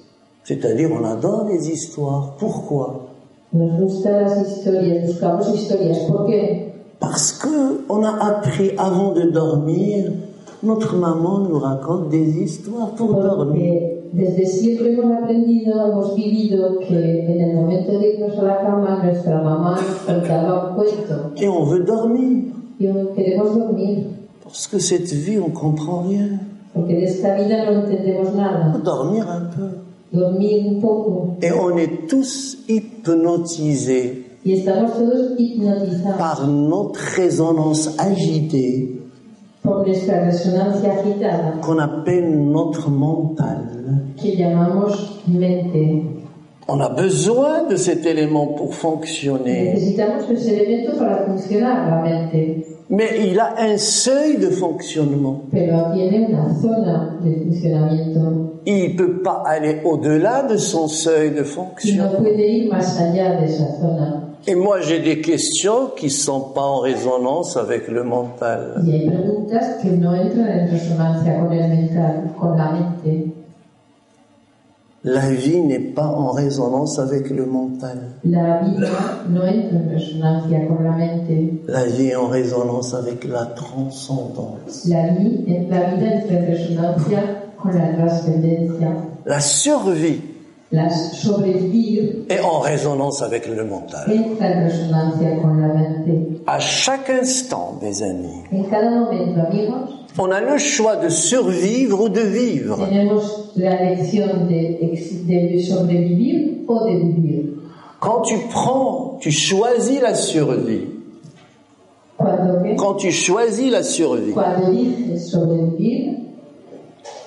Speaker 3: C'est-à-dire on adore les histoires. Pourquoi
Speaker 4: Nos gustan las historias, buscamos historias. ¿Por qué?
Speaker 3: Parce que on a appris avant de dormir, notre maman nous raconte des histoires pour dormir.
Speaker 4: Porque desde siempre hemos aprendido, hemos vivido que en el momento de irnos a la cama nuestra mamá nos contaba un cuento
Speaker 3: Et on veut dormir.
Speaker 4: y hoy queremos dormir
Speaker 3: Parce que cette vie, on comprend rien.
Speaker 4: porque de esta vida no entendemos
Speaker 3: Faut
Speaker 4: nada.
Speaker 3: dormir un peu.
Speaker 4: Dormir un poco
Speaker 3: Et on est tous hypnotisés
Speaker 4: y estamos todos hipnotizados
Speaker 3: par notre résonance agitée
Speaker 4: por nuestra resonancia agitada
Speaker 3: qu'on appelle notre mental.
Speaker 4: que llamamos mente.
Speaker 3: On a besoin de cet élément pour fonctionner.
Speaker 4: Necesitamos ese elemento para funcionar la mente,
Speaker 3: Mais il a un seuil de fonctionnement.
Speaker 4: pero tiene una zona de funcionamiento
Speaker 3: Il ne peut pas aller au-delà de son seuil de
Speaker 4: y no
Speaker 3: fonction.
Speaker 4: puede ir más allá de esa zona.
Speaker 3: Et moi, j'ai des questions qui ne sont pas en résonance avec le mental.
Speaker 4: Y hay preguntas que no entran en resonancia con el mental, con la mente.
Speaker 3: La vie n'est pas en résonance avec le mental.
Speaker 4: La vida no entra en resonancia con la mente.
Speaker 3: La vie est en résonance avec la transcendance.
Speaker 4: La, vi- la vida entra en resonancia con la trascendencia.
Speaker 3: La survie
Speaker 4: Las sobrevivir
Speaker 3: est en résonance avec le mental.
Speaker 4: entra en resonancia con la mente.
Speaker 3: À chaque instant, mes amis,
Speaker 4: En cada momento, amigos,
Speaker 3: on a le choix de survivre ou de vivre.
Speaker 4: tenemos la elección de, ex- de sobrevivir o de vivir.
Speaker 3: Quand tu prends, tu choisis la survie.
Speaker 4: Cuando, ¿qué?
Speaker 3: Quand tu choisis la survie,
Speaker 4: Cuando dices sobrevivir,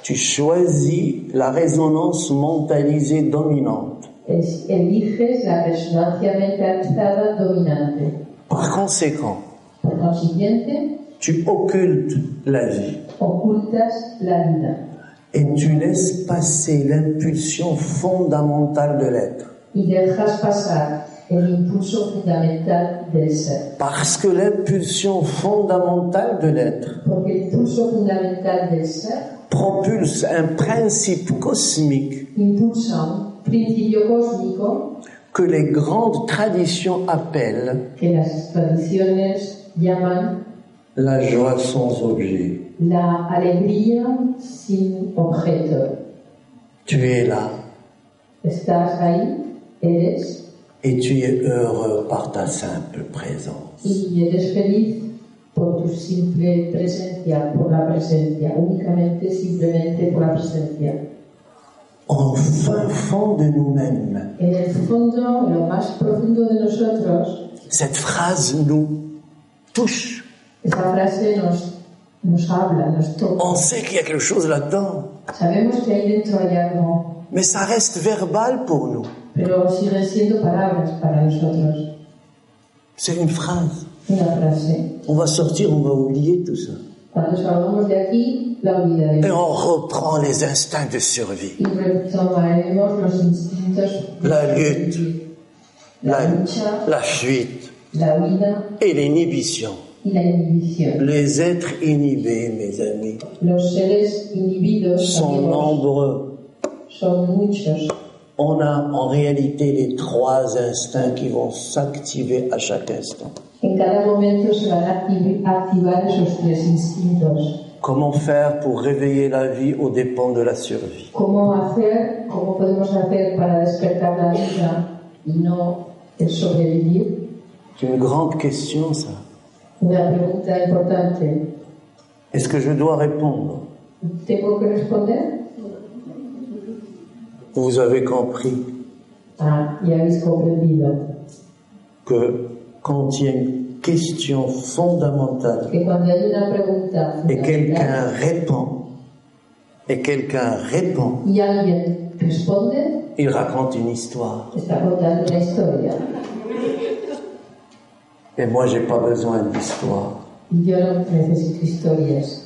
Speaker 3: tu choisis la résonance mentalisée dominante.
Speaker 4: Es- eliges la resonancia mentalizada dominante.
Speaker 3: Par conséquent,
Speaker 4: Por consiguiente,
Speaker 3: tu occultes la vie
Speaker 4: ocultas la vida
Speaker 3: et tu laisses passer l'impulsion fondamentale de l'être.
Speaker 4: y dejas pasar el impulso fundamental del ser.
Speaker 3: Parce que l'impulsion fondamentale de l'être
Speaker 4: Porque el impulso fundamental del ser
Speaker 3: propulse un principe cosmique
Speaker 4: impulsa un principio cósmico
Speaker 3: que les grandes traditions appellent
Speaker 4: que las tradiciones llaman
Speaker 3: la joie sans objet.
Speaker 4: la alegría sin objeto.
Speaker 3: Tu es là
Speaker 4: Estás ahí, eres
Speaker 3: et tu es heureux par ta simple présence.
Speaker 4: y eres feliz por tu simple presencia, por la presencia, únicamente, simplemente por la presencia.
Speaker 3: En fin fond de nous-mêmes,
Speaker 4: En el fondo, en lo más profundo de nosotros,
Speaker 3: cette phrase nous touche.
Speaker 4: esa frase nos, nos habla, nos toca.
Speaker 3: On sait qu'il y a quelque chose là-dedans,
Speaker 4: Sabemos que ahí dentro hay algo,
Speaker 3: mais ça reste verbal pour nous.
Speaker 4: pero siguen siendo palabras para nosotros.
Speaker 3: C'est une phrase.
Speaker 4: Una frase.
Speaker 3: On va sortir, on va oublier tout ça.
Speaker 4: Cuando salgamos de aquí, la
Speaker 3: Et
Speaker 4: olvidaremos.
Speaker 3: on reprend les instincts de survie.
Speaker 4: Y retomaremos los instintos. de
Speaker 3: La lutte.
Speaker 4: sobrevivir.
Speaker 3: La,
Speaker 4: La lucha,
Speaker 3: la fuite
Speaker 4: la huida
Speaker 3: et l'inhibition.
Speaker 4: y la inhibición.
Speaker 3: Les êtres inhibés, mes amis,
Speaker 4: Los seres inhibidos
Speaker 3: sont
Speaker 4: amigos,
Speaker 3: nombreux.
Speaker 4: son muchos.
Speaker 3: On a en réalité les trois instincts qui vont s'activer à chaque instant.
Speaker 4: En cada momento se van a activ- activar esos tres instintos.
Speaker 3: Comment faire pour réveiller la vie aux dépens de la survie
Speaker 4: ¿Cómo hacer? ¿Cómo podemos hacer para despertar la vida y no el sobrevivir?
Speaker 3: C'est une grande question, ça.
Speaker 4: Una pregunta importante.
Speaker 3: Est-ce que je dois répondre
Speaker 4: ¿Tengo que responder?
Speaker 3: Vous avez compris
Speaker 4: Ah, ya habéis comprendido
Speaker 3: que quand il y a une question fondamentale
Speaker 4: que cuando hay una pregunta
Speaker 3: et
Speaker 4: fundamental
Speaker 3: quelqu'un répond, et quelqu'un répond,
Speaker 4: y alguien responde,
Speaker 3: il raconte une histoire.
Speaker 4: está contando una historia.
Speaker 3: Et moi, j'ai pas besoin d'histoire.
Speaker 4: Y yo no necesito historias,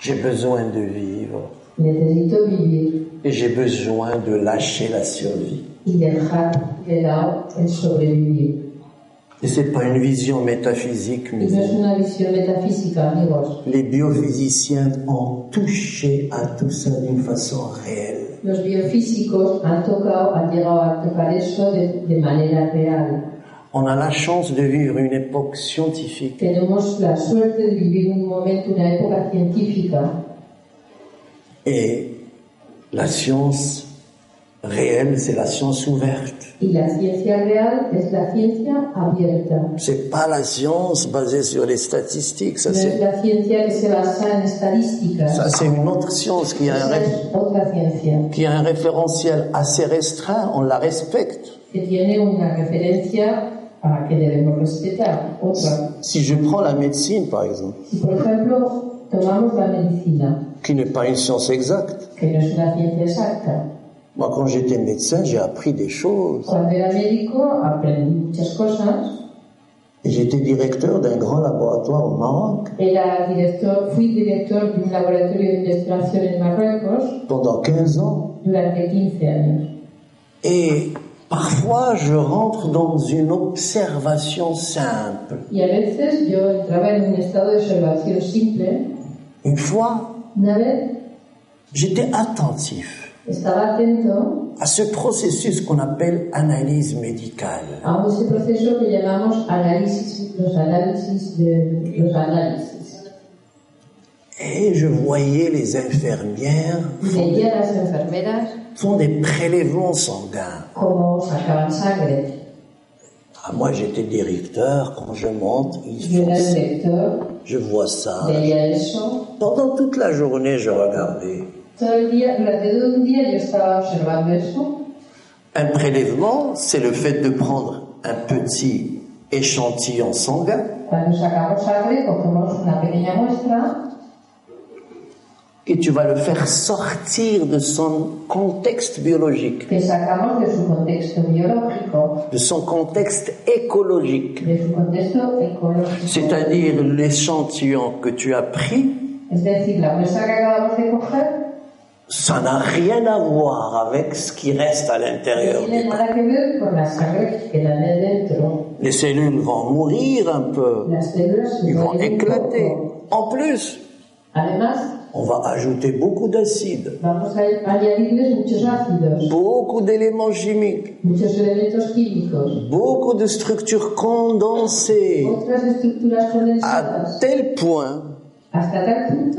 Speaker 3: J'ai besoin de vivre.
Speaker 4: necesito vivir
Speaker 3: Et j'ai besoin de lâcher la survie.
Speaker 4: y dejar de lado el sobrevivir.
Speaker 3: Et c'est pas une vision métaphysique,
Speaker 4: Y
Speaker 3: mais
Speaker 4: no es una visión metafísica, amigos.
Speaker 3: les biophysiciens ont touché à tout ça d'une façon réelle.
Speaker 4: Los biofísicos han tocado, han llegado a tocar eso de, de manera real.
Speaker 3: On a la chance de vivre une époque scientifique
Speaker 4: Tenemos la suerte de vivir un momento, una época científica
Speaker 3: et la science réelle, c'est la science ouverte.
Speaker 4: Y la ciencia real es la ciencia abierta.
Speaker 3: C'est pas la science basée sur les statistiques, ça
Speaker 4: No es
Speaker 3: c'est
Speaker 4: la ciencia que se basa en estadísticas.
Speaker 3: ça, c'est une autre science qui a, un
Speaker 4: Esa
Speaker 3: ré-
Speaker 4: es otra ciencia
Speaker 3: qui a un référentiel assez restreint, on la respecte.
Speaker 4: que tiene una referencia a la que debemos respetar. Otra.
Speaker 3: Si je prends la médecine par exemple,
Speaker 4: Si, por ejemplo, tomamos la medicina,
Speaker 3: qui n'est pas une science exacte,
Speaker 4: que no es una ciencia exacta,
Speaker 3: moi quand j'étais médecin j'ai appris des choses.
Speaker 4: cuando era médico aprendí muchas cosas.
Speaker 3: Et J'étais directeur d'un grand laboratoire au Maroc
Speaker 4: Era director, fui director de un laboratorio de investigación en Marruecos
Speaker 3: pendant 15 ans.
Speaker 4: durante 15 años.
Speaker 3: Et parfois, je rentre dans une observation simple.
Speaker 4: Y a veces yo entraba en un estado de observación simple
Speaker 3: Une fois,
Speaker 4: Una vez
Speaker 3: j'étais attentif
Speaker 4: estaba atento
Speaker 3: à ce processus qu'on appelle analyse médicale.
Speaker 4: a ese proceso que llamamos análisis, los análisis de los análisis.
Speaker 3: Et je voyais les infirmières
Speaker 4: Y veía a las enfermeras
Speaker 3: font des prélèvements sanguins.
Speaker 4: cómo sacaban sangre.
Speaker 3: Ah, moi, j'étais directeur. Quand je monte, ils
Speaker 4: Yo
Speaker 3: font
Speaker 4: era el
Speaker 3: ça.
Speaker 4: director,
Speaker 3: Je vois ça.
Speaker 4: veía eso.
Speaker 3: Pendant toute la journée, je regardais.
Speaker 4: Todo el día, durante todo un día yo estaba observando eso.
Speaker 3: Un prélèvement, c'est le fait de prendre un petit échantillon sanguin
Speaker 4: Cuando sacamos sangre, cogemos una pequeña muestra
Speaker 3: que tu vas le faire sortir de son contexte biologique,
Speaker 4: que sacamos de su contexto biológico,
Speaker 3: de son contexte écologique,
Speaker 4: de su contexto ecológico.
Speaker 3: c'est-à-dire l'échantillon que tu as pris,
Speaker 4: Es decir, la mesa que acabamos de coger
Speaker 3: ça n'a rien à voir avec ce qui reste à
Speaker 4: no
Speaker 3: l'intérieur
Speaker 4: tiene
Speaker 3: du corps.
Speaker 4: nada que ver con la sangre que la de dentro.
Speaker 3: Les cellules vont mourir un peu,
Speaker 4: Las células se
Speaker 3: ils vont
Speaker 4: mueren un
Speaker 3: éclater.
Speaker 4: poco.
Speaker 3: En plus,
Speaker 4: Además,
Speaker 3: on va ajouter beaucoup d'acides,
Speaker 4: vamos a añadirles muchos ácidos,
Speaker 3: beaucoup d'éléments chimiques,
Speaker 4: muchos elementos químicos,
Speaker 3: beaucoup de structures condensées,
Speaker 4: otras estructuras
Speaker 3: à
Speaker 4: condensadas,
Speaker 3: tel point
Speaker 4: hasta tal punto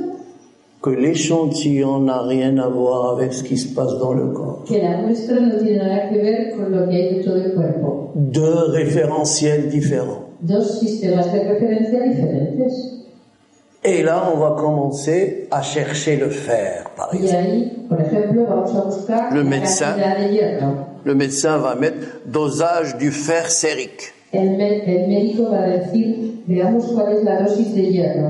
Speaker 3: que l'échantillon n'a rien à voir avec ce qui se passe dans le corps.
Speaker 4: que la muestra no tiene nada que ver con lo que hay dentro del cuerpo.
Speaker 3: Deux référentiels différents.
Speaker 4: Dos sistemas de referencia diferentes.
Speaker 3: Et là, on va commencer à chercher le fer, par
Speaker 4: Y
Speaker 3: exemple.
Speaker 4: ahí, por ejemplo, vamos a buscar
Speaker 3: Lo
Speaker 4: la
Speaker 3: mensa-
Speaker 4: cantidad de hierro.
Speaker 3: Le médecin va mettre dosage du fer sérique.
Speaker 4: El, me- el médico va a decir, veamos cuál es la dosis de hierro.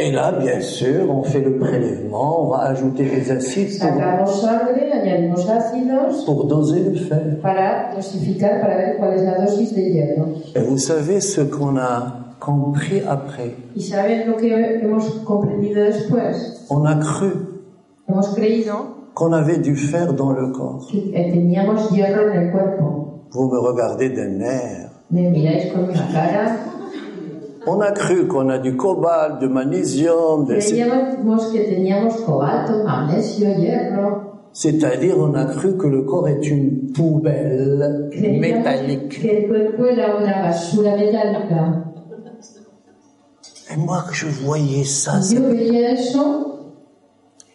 Speaker 3: Et là, bien sûr, on fait le prélèvement, on va ajouter les acides pour,
Speaker 4: Sacamos sangre, añadimos ácidos
Speaker 3: pour doser le fer.
Speaker 4: para dosificar, para ver cuál es la dosis de hierro.
Speaker 3: Et vous savez ce qu'on a compris après.
Speaker 4: ¿Y saben lo que hemos comprendido después?
Speaker 3: On a cru
Speaker 4: Hemos creído
Speaker 3: qu'on avait du fer dans le corps.
Speaker 4: que eh, teníamos hierro en el cuerpo.
Speaker 3: Vous me regardez d'un air.
Speaker 4: Me miráis con una cara.
Speaker 3: On a cru qu'on a du cobalt, du magnésium, de-
Speaker 4: Creíamos que teníamos cobalto, magnesio, hierro.
Speaker 3: c'est-à-dire on a cru que le corps est une poubelle
Speaker 4: Creíamos
Speaker 3: métallique.
Speaker 4: que el cuerpo era una basura metálica.
Speaker 3: Et moi que je voyais ça,
Speaker 4: Y
Speaker 3: c'est-
Speaker 4: Yo veía eso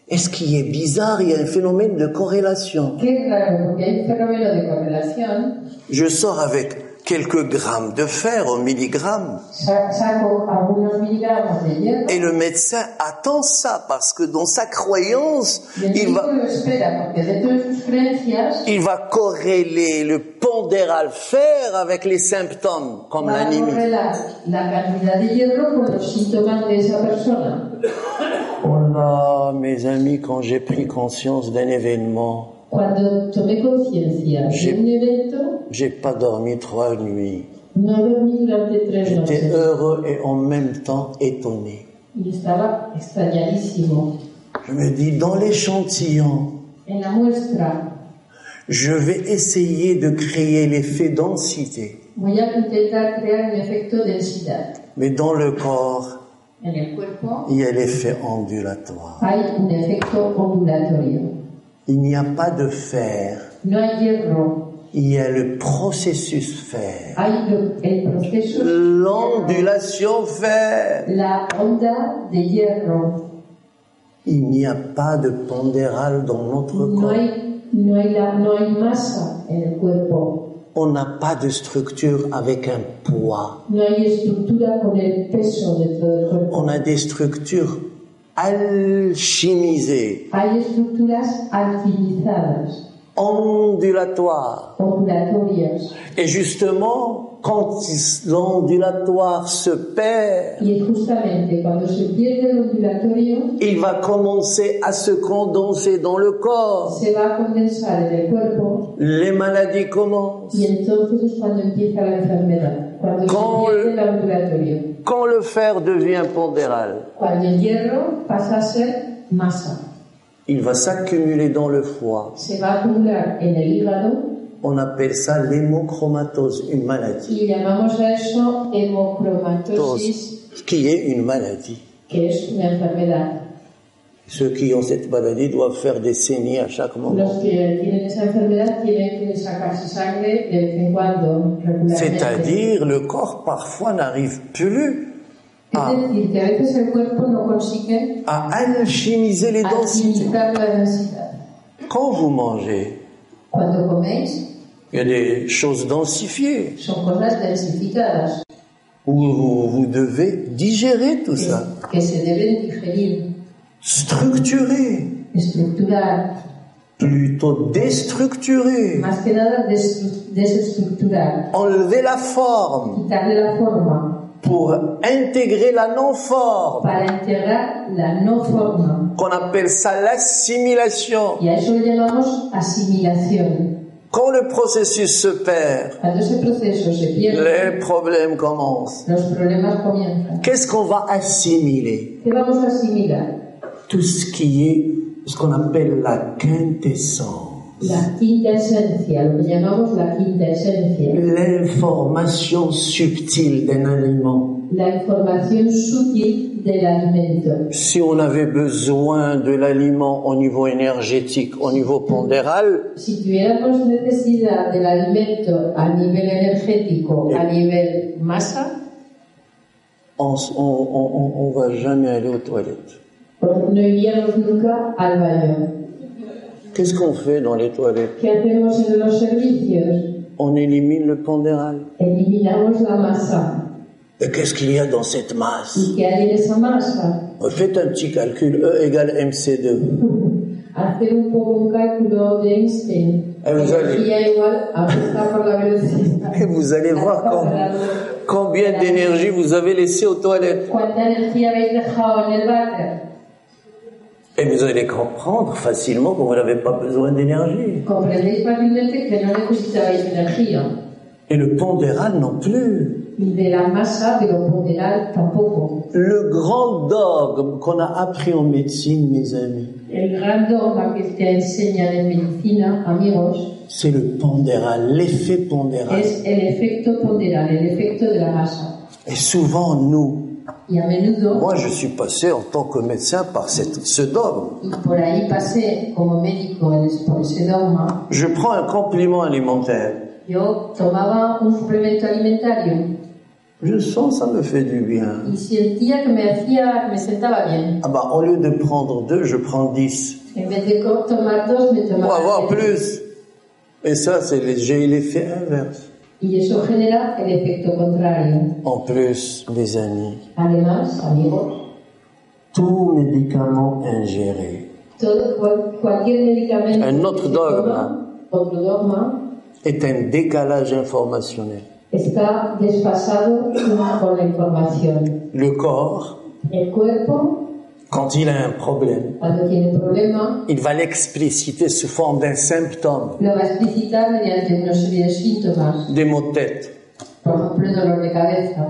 Speaker 3: et ce qui est bizarre, il y a un phénomène de corrélation.
Speaker 4: Qué raro, porque hay un fenómeno de correlación.
Speaker 3: Je sors avec quelques grammes de fer au milligramme,
Speaker 4: Sa- Saco algunos miligramos de hierro
Speaker 3: et le médecin attend ça parce que dans sa croyance,
Speaker 4: y el
Speaker 3: il
Speaker 4: médico
Speaker 3: va,
Speaker 4: lo espera, porque dentro de sus creencias
Speaker 3: il va corréler le pondéral fer avec les symptômes comme
Speaker 4: va a
Speaker 3: l'anémie.
Speaker 4: correlar la cantidad de hierro con los síntomas de esa persona.
Speaker 3: Oh là, mes amis, quand j'ai pris conscience d'un événement,
Speaker 4: Cuando tomé conciencia
Speaker 3: Sí.
Speaker 4: de un evento,
Speaker 3: j'ai pas dormi trois nuits.
Speaker 4: no dormí durante tres
Speaker 3: J'étais
Speaker 4: noches
Speaker 3: heureux et en même temps étonné.
Speaker 4: y estaba extrañadísimo.
Speaker 3: Je me dis, dans l'échantillon,
Speaker 4: En la muestra
Speaker 3: je vais essayer de créer l'effet densité.
Speaker 4: voy a intentar crear un efecto densidad.
Speaker 3: Mais dans le corps,
Speaker 4: En el cuerpo
Speaker 3: il y a l'effet ondulatoire.
Speaker 4: hay un efecto ondulatorio.
Speaker 3: Il n'y a pas de fer,
Speaker 4: No hay hierro
Speaker 3: il y a le processus fer.
Speaker 4: Hay lo- el proceso,
Speaker 3: L'ondulation fer.
Speaker 4: la onda de hierro.
Speaker 3: Il n'y a pas de pondéral dans notre
Speaker 4: No
Speaker 3: corps.
Speaker 4: hay, no hay, la, no hay masa en el cuerpo,
Speaker 3: On n'a pas de structure avec un poids.
Speaker 4: no hay estructura con el peso dentro del cuerpo.
Speaker 3: On a des structures alchimisées,
Speaker 4: Hay estructuras alquimizadas,
Speaker 3: ondulatoires.
Speaker 4: ondulatorias.
Speaker 3: Et justement, quand il- l'ondulatoire se perd,
Speaker 4: Y justamente cuando se pierde el ondulatorio,
Speaker 3: il va commencer à se condenser dans le corps.
Speaker 4: se va a condensar en el cuerpo
Speaker 3: Les maladies commencent.
Speaker 4: y entonces es cuando empieza la enfermedad, cuando
Speaker 3: Con-
Speaker 4: se pierde el ondulatorio,
Speaker 3: Quand le fer devient pondéral,
Speaker 4: cuando el hierro pasa a ser masa.
Speaker 3: il va s'accumuler dans le foie.
Speaker 4: se va a acumular en el hígado
Speaker 3: On appelle ça l'hémochromatose, une maladie.
Speaker 4: y llamamos a eso hemocromatosis,
Speaker 3: Qui est une maladie.
Speaker 4: que es una enfermedad.
Speaker 3: Ceux qui ont cette maladie doivent faire des saignées à chaque
Speaker 4: Los
Speaker 3: moment.
Speaker 4: que tienen esa enfermedad tienen que sacarse sangre de vez en cuando, regularmente.
Speaker 3: C'est-à-dire, le corps parfois n'arrive plus a-
Speaker 4: Es decir, que a veces el cuerpo no consigue
Speaker 3: à alchimiser les densités.
Speaker 4: optimizar la densidad.
Speaker 3: Quand vous mangez,
Speaker 4: Cuando coméis,
Speaker 3: il y a des choses densifiées.
Speaker 4: son cosas densificadas
Speaker 3: Vous, vous, vous devez digérer tout
Speaker 4: que,
Speaker 3: ça,
Speaker 4: que se deben digerir,
Speaker 3: structurer,
Speaker 4: estructurar,
Speaker 3: plutôt déstructurer,
Speaker 4: más que nada destru- desestructurar,
Speaker 3: enlever la forme
Speaker 4: quitarle la forma
Speaker 3: pour intégrer la non-forme,
Speaker 4: para integrar la no forma.
Speaker 3: qu'on appelle ça l'assimilation.
Speaker 4: Y a eso le llamamos asimilación.
Speaker 3: Quand le processus se perd,
Speaker 4: Cuando ese proceso se pierde,
Speaker 3: les problèmes commencent.
Speaker 4: los problemas comienzan.
Speaker 3: Qu'est-ce qu'on va assimiler
Speaker 4: ¿Qué vamos a asimilar?
Speaker 3: Tout ce qui est ce qu'on appelle la quintessence,
Speaker 4: La quinta esencia, lo que llamamos la quinta esencia.
Speaker 3: l'information subtile d'un aliment.
Speaker 4: La información sutil del alimento.
Speaker 3: Si on avait besoin de l'aliment au niveau énergétique, au niveau pondéral,
Speaker 4: Si tuviéramos necesidad del alimento a nivel energético, a nivel masa,
Speaker 3: on s- on- on- on- on va jamais aller aux toilettes.
Speaker 4: no iríamos nunca al baño.
Speaker 3: Qu'est-ce qu'on fait dans les toilettes
Speaker 4: ¿Qué hacemos en los servicios?
Speaker 3: On élimine le pondéral.
Speaker 4: Eliminamos la masa.
Speaker 3: Et qu'est-ce qu'il y a dans cette masse
Speaker 4: ¿Y qué hay en esa masa?
Speaker 3: Faites un petit calcul, E égale MC2.
Speaker 4: Hacer un poco un cálculo de Einstein.
Speaker 3: Ah, pues, vale.
Speaker 4: Energía igual a fuerza por la velocidad.
Speaker 3: Et vous allez voir com- combien d'énergie vous avez laissé aux toilettes.
Speaker 4: ¿Cuánta energía habéis dejado en el váter?
Speaker 3: Et vous allez comprendre facilement que vous n'avez pas besoin d'énergie.
Speaker 4: Comprendéis fácilmente que no necesitabais energía,
Speaker 3: Et le pondéral non plus.
Speaker 4: ni de la masa, de lo ponderal tampoco.
Speaker 3: Le grand dogme qu'on a appris en médecine, mes amis,
Speaker 4: El gran dogma que te enseñan en medicina, amigos,
Speaker 3: c'est le pondéral, l'effet pondéral.
Speaker 4: es el efecto ponderal, el efecto de la masa.
Speaker 3: Et souvent, nous,
Speaker 4: Y a menudo,
Speaker 3: moi je suis passé en tant que médecin par cette- ce dogme.
Speaker 4: y por ahí pasé como médico en- por ese dogma,
Speaker 3: Je prends un compliment alimentaire.
Speaker 4: yo tomaba un suplemento alimentario
Speaker 3: Je sens ça me fait du bien.
Speaker 4: y sentía que me hacía, que me sentaba bien.
Speaker 3: Ah bah, au lieu de prendre deux, je prends dix.
Speaker 4: En vez de co- tomar dos, me
Speaker 3: Pour
Speaker 4: tomaba
Speaker 3: avoir
Speaker 4: tres.
Speaker 3: plus. Et ça, c'est les- j'ai l'effet inverse.
Speaker 4: Y eso genera el efecto contrario.
Speaker 3: En plus, mes amis,
Speaker 4: Además, amigos,
Speaker 3: tout médicament ingéré
Speaker 4: Todo, cual- cualquier medicamento.
Speaker 3: Un otro
Speaker 4: que se
Speaker 3: dogma.
Speaker 4: toma, Otro dogma
Speaker 3: est un décalage informationnel.
Speaker 4: está desfasado con la información.
Speaker 3: Le corps,
Speaker 4: El cuerpo,
Speaker 3: quand il a un problème,
Speaker 4: cuando tiene problema,
Speaker 3: il va l'expliciter sous forme d'un symptôme,
Speaker 4: lo va a explicitar mediante una serie de síntomas,
Speaker 3: des maux de tête,
Speaker 4: por ejemplo, el dolor de cabeza,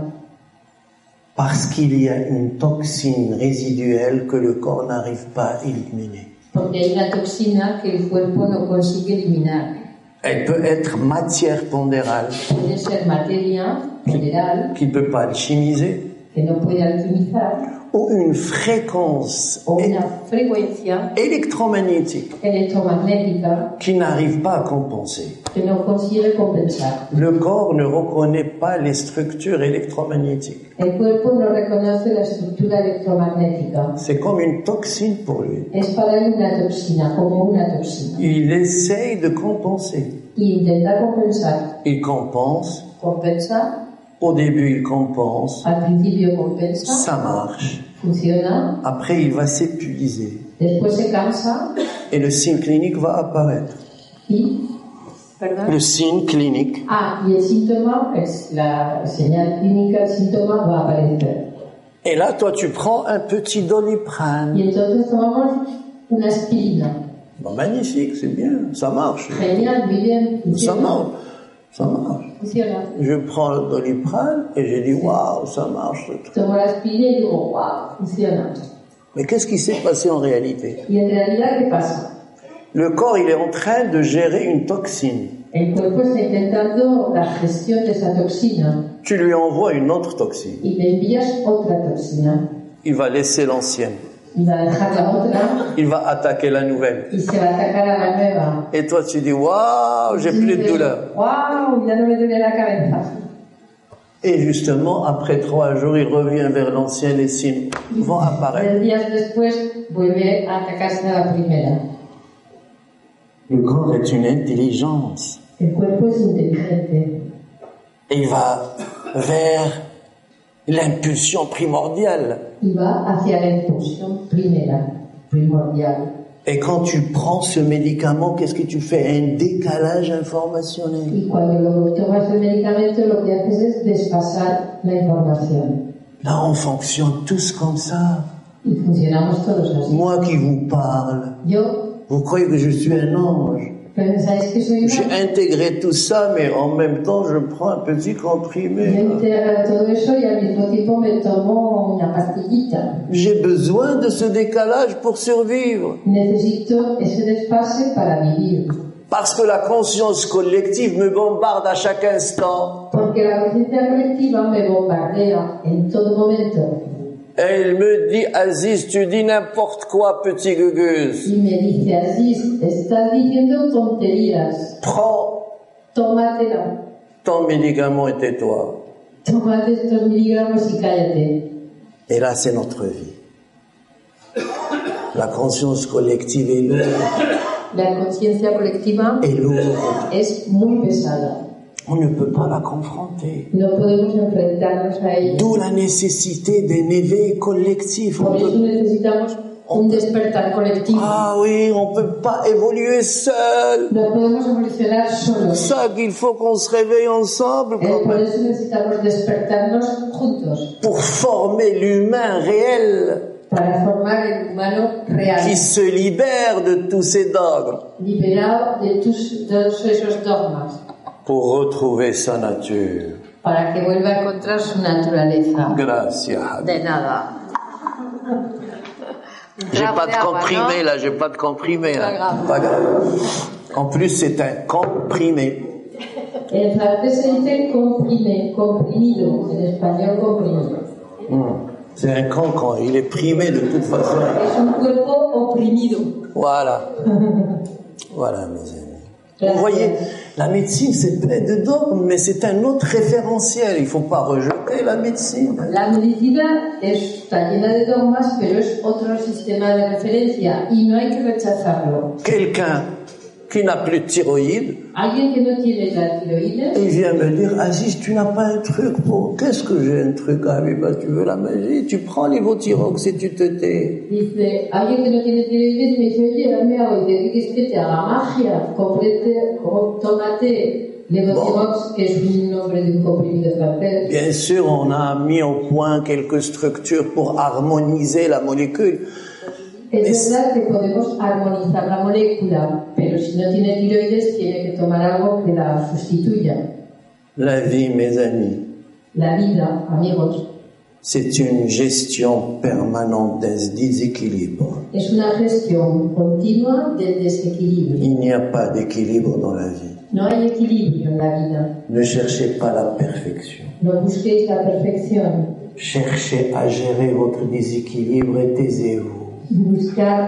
Speaker 3: parce qu'il y a une toxine résiduelle que le corps n'arrive pas à éliminer.
Speaker 4: porque hay una toxina que el cuerpo no consigue eliminar.
Speaker 3: Elle peut être matière pondérale,
Speaker 4: Puede ser materia mineral
Speaker 3: qu'il ne peut pas alchimiser,
Speaker 4: que no puede alquimizar
Speaker 3: ou une fréquence
Speaker 4: o
Speaker 3: é-
Speaker 4: una frecuencia
Speaker 3: électromagnétique
Speaker 4: electromagnética
Speaker 3: qui n'arrive pas à compenser.
Speaker 4: que no consigue compensar.
Speaker 3: Le corps ne reconnaît pas les structures électromagnétiques.
Speaker 4: El cuerpo no reconoce la estructura electromagnética.
Speaker 3: C'est comme une toxine pour lui.
Speaker 4: Es para él una toxina, como una toxina.
Speaker 3: Il essaye de compenser.
Speaker 4: Y intenta compensar.
Speaker 3: Il compense.
Speaker 4: Compensa,
Speaker 3: Au début, il compense.
Speaker 4: al principio compensa,
Speaker 3: Ça marche.
Speaker 4: funciona,
Speaker 3: Après, il va s'épuiser.
Speaker 4: después se cansa
Speaker 3: Et le signe clinique va apparaître.
Speaker 4: y...
Speaker 2: ¿Perdón?
Speaker 3: Le signe clinique.
Speaker 4: Ah, y el síntoma, es la señal clínica, el síntoma va a aparecer.
Speaker 3: Et là, toi, tu prends un petit doliprane.
Speaker 4: Y entonces tomamos una aspirina.
Speaker 3: Bon, magnifique, c'est bien. Ça marche.
Speaker 4: Genial, muy bien,
Speaker 3: Ça
Speaker 4: funciona.
Speaker 3: marche. Ça marche.
Speaker 4: funciona.
Speaker 3: Je prends le doliprane et j'ai dit waouh, ça marche ce truc.
Speaker 4: Tomo la aspirina y digo, wow, funciona.
Speaker 3: Mais qu'est-ce qui s'est passé en réalité
Speaker 4: Y en realidad, ¿qué pasa?
Speaker 3: Le corps, il est en train de gérer une toxine.
Speaker 4: El cuerpo está intentando la gestión de esa toxina
Speaker 3: Tu lui envoies une autre toxine.
Speaker 4: y le envías otra toxina.
Speaker 3: Il va laisser l'ancienne.
Speaker 4: Y va a dejar la otra
Speaker 3: Il va attaquer la nouvelle.
Speaker 4: y se va a atacar a la nueva.
Speaker 3: Et toi, tu dis waouh, j'ai plus de douleur.
Speaker 4: ¡Wow! Ya no me duele la cabeza.
Speaker 3: Et justement, après trois jours, il revient vers l'ancienne et signes vont apparaître.
Speaker 4: Tres días después vuelve a atacarse a la primera.
Speaker 3: Le corps est une intelligence.
Speaker 4: El cuerpo es inteligente
Speaker 3: Et il va vers l'impulsion primordiale.
Speaker 4: y va hacia la impulsión primera, primordial.
Speaker 3: Et quand tu prends ce médicament, qu'est-ce que tu fais Un décalage informationnel.
Speaker 4: Y cuando tomas el medicamento, lo que haces es desfasar la información.
Speaker 3: Là, on fonctionne tous comme ça.
Speaker 4: Y funcionamos todos así.
Speaker 3: Moi qui vous parle,
Speaker 4: Yo,
Speaker 3: vous croyez que je suis un ange
Speaker 4: pensáis que soy
Speaker 3: J'ai
Speaker 4: una.
Speaker 3: intégré tout ça, mais en même temps, je prends un petit
Speaker 4: Yo
Speaker 3: comprimé. là.
Speaker 4: integro todo eso y al mismo tiempo me tomo una pastillita.
Speaker 3: J'ai besoin de ce décalage pour survivre.
Speaker 4: Necesito ese desfase para vivir.
Speaker 3: Parce que la conscience collective me bombarde à chaque instant.
Speaker 4: Porque la conciencia colectiva me bombardea en todo momento
Speaker 3: Elle me dit, Aziz, tu dis n'importe quoi, petit gugus.
Speaker 4: y me dice así, estás diciendo tonterías,
Speaker 3: Prends
Speaker 4: tómatela,
Speaker 3: ton médicament et tais-toi.
Speaker 4: tómate estos miligramos y cállate.
Speaker 3: Et là, c'est notre vie. La conscience collective est lourde,
Speaker 4: La conciencia colectiva
Speaker 3: est lourde.
Speaker 4: es muy pesada,
Speaker 3: On ne peut pas la confronter.
Speaker 4: no podemos enfrentarnos a ella.
Speaker 3: D'où la nécessité d'un éveil collectif. On
Speaker 4: Por eso
Speaker 3: peut-
Speaker 4: necesitamos un despertar colectivo.
Speaker 3: Ah oui, on peut pas évoluer seul.
Speaker 4: No podemos evolucionar solos.
Speaker 3: Ça qu'il faut qu'on se réveille ensemble
Speaker 4: Eh,
Speaker 3: quand
Speaker 4: Por
Speaker 3: même,
Speaker 4: eso necesitamos despertarnos juntos
Speaker 3: pour former l'humain réel
Speaker 4: para formar el humano real,
Speaker 3: qui se libère de tous ses dogmes
Speaker 4: liberado de tus- todos esos dogmas,
Speaker 3: pour retrouver sa nature.
Speaker 4: para que vuelva a encontrar su naturaleza.
Speaker 3: Gracias.
Speaker 2: De nada.
Speaker 3: J'ai pas de
Speaker 2: Gracias,
Speaker 3: comprimé
Speaker 2: ¿no?
Speaker 3: là, j'ai pas de comprimé là.
Speaker 2: Pas grave.
Speaker 3: Pas grave. En plus, c'est un comprimé.
Speaker 4: En francés se dice comprime, comprimido, en español comprimido.
Speaker 3: Hmm. C'est un cancan, il est primé de toute façon.
Speaker 4: Es un cuerpo oprimido.
Speaker 3: Voilà. Voilà, mes amis.
Speaker 4: Gracias.
Speaker 3: Vous voyez, la médecine, c'est plein de dogmes, mais c'est un autre référentiel. Il faut pas rejeter la médecine.
Speaker 4: La medicina es- está llena de dogmas, pero es otro sistema de referencia y no hay que rechazarlo.
Speaker 3: Quelqu'un qui n'a plus de thyroïde,
Speaker 4: Alguien que no tiene la tiroides
Speaker 3: il vient me dire, Aziz, tu n'as pas un truc pour... Qu'est-ce que j'ai un truc Ah oui, bah, tu veux la magie Tu prends l'ivothyrox et tu te tais.
Speaker 4: dice, alguien que no tiene tiroides me dice, oye, dame algo, y te ¿qué quieres que te haga magia? Cómprate, có- tómate Levothyrox, que es un nombre de un comprimido francés.
Speaker 3: Bien sûr, on a mis au point quelques structures pour harmoniser la molécule,
Speaker 4: Es verdad que podemos armonizar la molécula, pero si no tiene tiroides tiene que tomar algo que la sustituya.
Speaker 3: La vie, mes amis,
Speaker 4: La vida, amigos,
Speaker 3: c'est une gestion permanente d'un déséquilibre.
Speaker 4: es una gestión continua del desequilibrio.
Speaker 3: Il n'y a pas d'équilibre dans la vie.
Speaker 4: No hay equilibrio en la vida.
Speaker 3: Ne cherchez pas la perfection.
Speaker 4: No busquéis la perfección.
Speaker 3: Cherchez à gérer votre déséquilibre et taisez-vous.
Speaker 4: Buscar,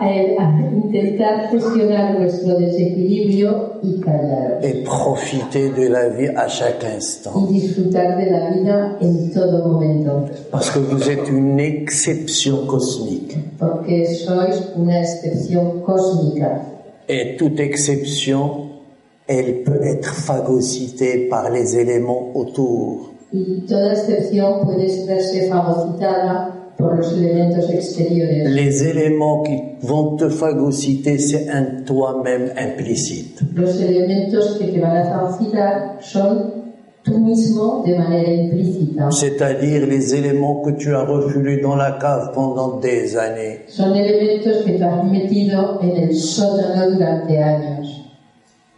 Speaker 4: eh, intentar gestionar vuestro desequilibrio y callaros.
Speaker 3: Et profitez de la vie à chaque instant.
Speaker 4: Y disfrutar de la vida en todo momento.
Speaker 3: Parce que vous êtes une exception cosmique.
Speaker 4: Porque sois una excepción cósmica.
Speaker 3: Et toute exception, elle peut être phagocytée par les éléments autour.
Speaker 4: y toda excepción puede verse fagocitada por los elementos exteriores.
Speaker 3: Les éléments qui vont te phagocyter, c'est un toi-même implicite.
Speaker 4: Los elementos que te van a fagocitar son tú mismo de manera implícita.
Speaker 3: C'est-à-dire les éléments que tu as refoulés dans la cave pendant des années.
Speaker 4: Son elementos que te has metido en el sótano durante años.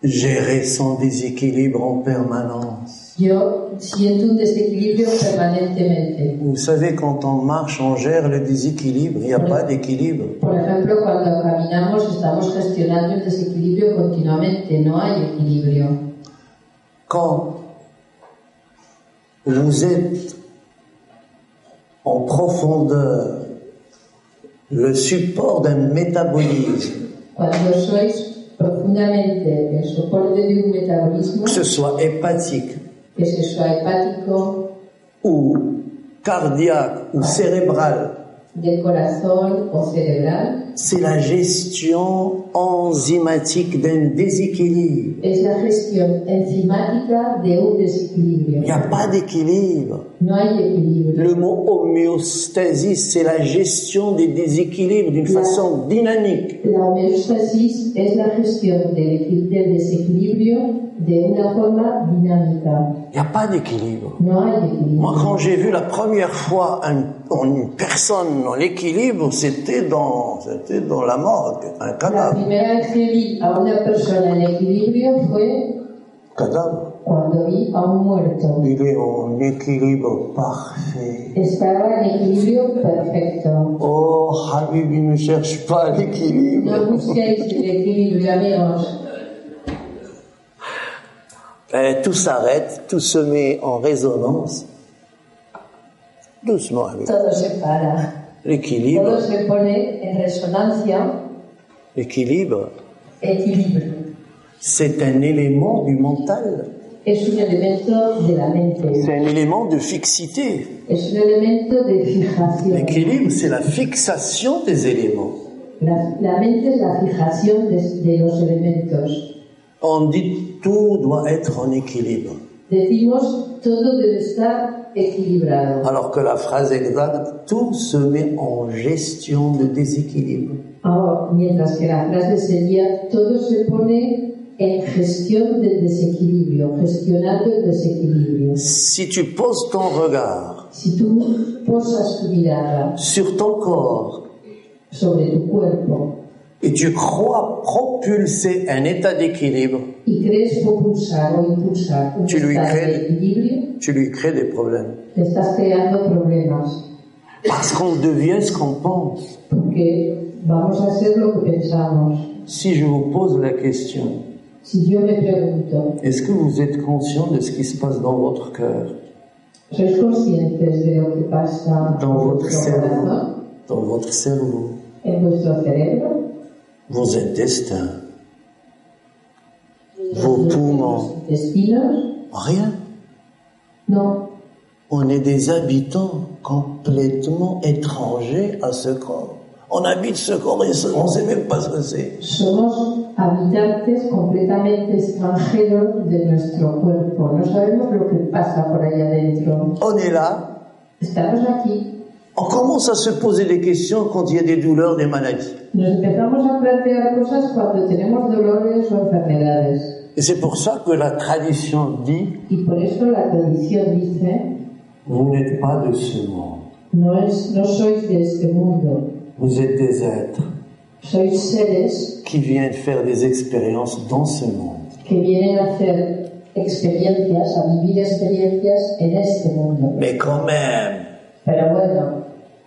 Speaker 3: Gérer son déséquilibre en permanence.
Speaker 4: Yo siento un desequilibrio permanentemente.
Speaker 3: Vous savez, quand on marche, on gère le déséquilibre. Il n'y a pas d'équilibre.
Speaker 4: Por ejemplo, cuando caminamos estamos gestionando el desequilibrio continuamente, no hay equilibrio.
Speaker 3: quand vous êtes en profondeur le support d'un métabolisme,
Speaker 4: Cuando sois profundamente el soporte de un metabolismo,
Speaker 3: que ce soit hépatique
Speaker 4: que es eso hepático,
Speaker 3: ou cardiaque ou cérébral,
Speaker 4: del corazón o cerebral,
Speaker 3: c'est la gestion enzymatique d'un déséquilibre.
Speaker 4: es la gestión enzimática de un desequilibrio.
Speaker 3: Il n'y a pas d'équilibre.
Speaker 4: No hay equilibrio.
Speaker 3: Le mot homéostasis, c'est la gestion des déséquilibres d'une
Speaker 4: La-
Speaker 3: façon dynamique.
Speaker 4: La homeostasis es la gestión del, equi- del desequilibrio de una forma dinámica.
Speaker 3: Il n'y a pas d'équilibre.
Speaker 4: No hay equilibrio.
Speaker 3: Moi, quand j'ai vu la première fois un- une personne dans l'équilibre, c'était dans, c'était dans la morgue, un
Speaker 4: La
Speaker 3: cadavre.
Speaker 4: primera vez que vi a una persona en equilibrio fue
Speaker 3: cadavre.
Speaker 4: cuando vi a un muerto.
Speaker 3: Il est en équilibre parfait.
Speaker 4: Estaba en equilibrio perfecto.
Speaker 3: Oh, Habibi, ne cherche pas l'équilibre.
Speaker 4: No busquéis el equilibrio, amigos.
Speaker 3: Eh, tout s'arrête, tout se met en résonance. Doucement, Habibi.
Speaker 4: Todo se para.
Speaker 3: L'équilibre,
Speaker 4: Todo se pone en resonancia,
Speaker 3: l'équilibre,
Speaker 4: equilibrio.
Speaker 3: c'est un élément du mental.
Speaker 4: Es un elemento de la mente.
Speaker 3: C'est un élément de fixité.
Speaker 4: Es un elemento de fijación.
Speaker 3: L'équilibre, c'est la fixation des éléments.
Speaker 4: La, la mente es la fijación de, de los elementos.
Speaker 3: On dit tout doit être en équilibre,
Speaker 4: Decimos todo debe estar equilibrado.
Speaker 3: alors que la phrase exacte, tout se met en gestion de déséquilibre.
Speaker 4: Ahora, mientras que la frase sería todo se pone en gestión del desequilibrio, gestionando el desequilibrio.
Speaker 3: Si tu poses ton regard
Speaker 4: Si tú posas tu mirada
Speaker 3: sur ton corps
Speaker 4: sobre tu cuerpo
Speaker 3: et tu crois propulser un état d'équilibre,
Speaker 4: y crees propulsar o impulsar un
Speaker 3: Sí, lo
Speaker 4: estado
Speaker 3: increíble.
Speaker 4: de equilibrio,
Speaker 3: tu lui crées des problèmes.
Speaker 4: te estás creando problemas,
Speaker 3: Parce qu'on devient ce qu'on pense.
Speaker 4: porque vamos a ser lo que pensamos.
Speaker 3: Si je vous pose la question,
Speaker 4: Si yo me pregunto,
Speaker 3: est-ce que vous êtes conscient de ce qui se passe dans votre cœur,
Speaker 4: ¿sois conscientes de lo que pasa
Speaker 3: dans
Speaker 4: en
Speaker 3: votre
Speaker 4: vuestro
Speaker 3: cerveau,
Speaker 4: corazón,
Speaker 3: dans votre cerveau,
Speaker 4: en vuestro cerebro?
Speaker 3: vos intestins, vos poumons,
Speaker 4: intestinos,
Speaker 3: Rien.
Speaker 4: no.
Speaker 3: On est des habitants complètement étrangers à ce corps. On habite ce corps et ce- on ne sait même pas ce que c'est.
Speaker 4: Somos habitantes completamente extranjeros de nuestro cuerpo. No sabemos lo que pasa por ahí adentro.
Speaker 3: On est là,
Speaker 4: Estamos aquí,
Speaker 3: on commence à se poser des questions quand il y a des douleurs, des maladies.
Speaker 4: nos empezamos a plantear cosas cuando tenemos dolores o enfermedades.
Speaker 3: Et c'est pour ça que la tradition dit,
Speaker 4: Y por eso la tradición dice,
Speaker 3: vous n'êtes pas de ce monde,
Speaker 4: no, es, no sois de este mundo,
Speaker 3: vous êtes des êtres
Speaker 4: sois seres
Speaker 3: qui viennent faire des expériences dans ce monde.
Speaker 4: que vienen a hacer experiencias, a vivir experiencias en este mundo.
Speaker 3: Mais quand même,
Speaker 4: Pero bueno,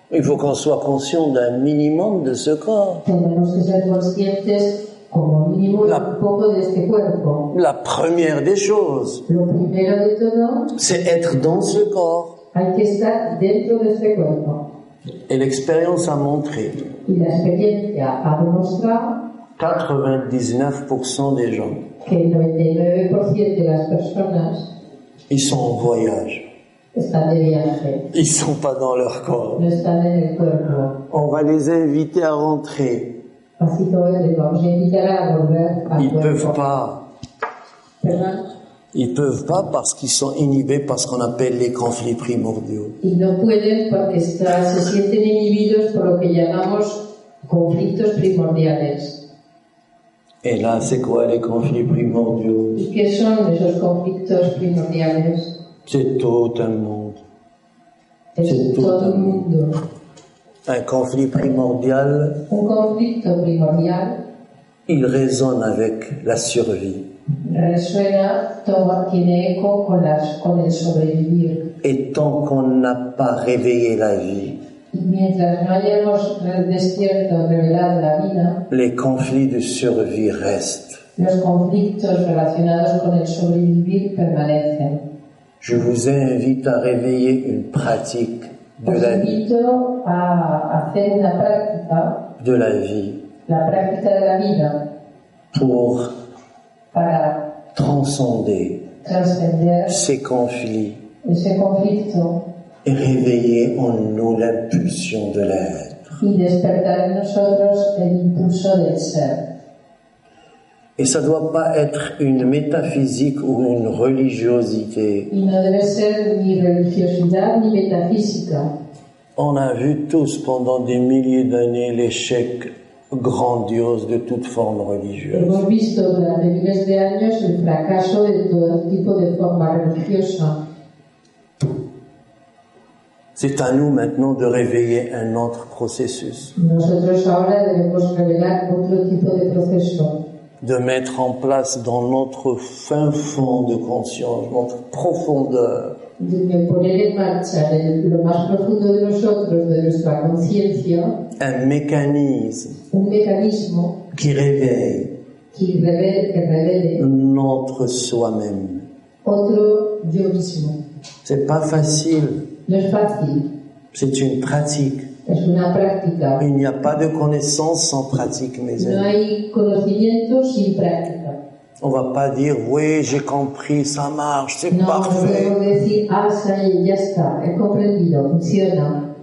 Speaker 3: il faut qu'on soit conscient d'un minimum de ce corps.
Speaker 4: tenemos que ser conscientes como mínimo de un poco de este cuerpo.
Speaker 3: La première des choses,
Speaker 4: Lo primero de todo,
Speaker 3: c'est être dans ce corps.
Speaker 4: hay que estar dentro de este cuerpo.
Speaker 3: Et l'expérience a montré
Speaker 4: Y la experiencia ha demostrado
Speaker 3: 99% des gens,
Speaker 4: que el 99% de las personas
Speaker 3: ils sont en voyage.
Speaker 4: están de viaje,
Speaker 3: Ils sont pas dans leur corps.
Speaker 4: no están en el cuerpo.
Speaker 3: On va les inviter à rentrer.
Speaker 4: Así que hoy les vamos a invitar a volver al
Speaker 3: Ils peuvent
Speaker 4: cuerpo.
Speaker 3: pas.
Speaker 4: Perdón.
Speaker 3: Ils peuvent pas parce qu'ils sont inhibés par ce qu'on appelle les conflits primordiaux.
Speaker 4: y no pueden porque está- se sienten inhibidos por lo que llamamos conflictos primordiales.
Speaker 3: Et là, c'est quoi les conflits primordiaux
Speaker 4: ¿Y qué son esos conflictos primordiales?
Speaker 3: C'est tout un monde.
Speaker 4: Es
Speaker 3: Sí,
Speaker 4: todo el
Speaker 3: totalmente.
Speaker 4: mundo.
Speaker 3: Un conflit primordial,
Speaker 4: Un conflicto primordial
Speaker 3: il résonne avec la survie.
Speaker 4: resuena, toma, tiene eco con, las, con el sobrevivir.
Speaker 3: Et tant qu'on n'a pas réveillé la vie,
Speaker 4: Y mientras no hayamos despierto, revelado la vida,
Speaker 3: les conflits de survie restent.
Speaker 4: los conflictos relacionados con el sobrevivir permanecen.
Speaker 3: Je vous invite à réveiller une pratique de
Speaker 4: Os
Speaker 3: la vie,
Speaker 4: invito a hacer una práctica
Speaker 3: de la vie
Speaker 4: la práctica de la vida
Speaker 3: pour
Speaker 4: para
Speaker 3: transcender
Speaker 4: trascender
Speaker 3: ces conflits
Speaker 4: ese conflicto
Speaker 3: et réveiller en nous l'impulsion de l'être.
Speaker 4: y despertar en nosotros el impulso del ser.
Speaker 3: Et ça ne doit pas être une métaphysique ou une religiosité.
Speaker 4: Y no debe ser ni religiosidad ni metafísica.
Speaker 3: On a vu tous pendant des milliers d'années l'échec grandiose de toute forme religieuse.
Speaker 4: Hemos visto durante miles de años el fracaso de todo tipo de forma religiosa.
Speaker 3: C'est à nous maintenant de réveiller un autre processus,
Speaker 4: Nosotros ahora debemos revelar otro tipo de proceso,
Speaker 3: de mettre en place dans notre fin fond de conscience, notre profondeur,
Speaker 4: de poner en marcha en lo más profundo de nosotros, de nuestra conciencia,
Speaker 3: un mécanisme
Speaker 4: un mecanismo
Speaker 3: qui réveille
Speaker 4: que revele, que revele
Speaker 3: notre soi-même.
Speaker 4: otro yo mismo.
Speaker 3: C'est pas facile,
Speaker 4: No es fácil,
Speaker 3: c'est une pratique.
Speaker 4: es una práctica.
Speaker 3: Il n'y a pas de connaissance sans pratique, mes
Speaker 4: No
Speaker 3: amis.
Speaker 4: hay conocimiento sin práctica.
Speaker 3: On va pas dire oui, j'ai compris, ça marche, c'est
Speaker 4: No
Speaker 3: parfait.
Speaker 4: podemos decir, ah, sí, ya está, he comprendido, funciona,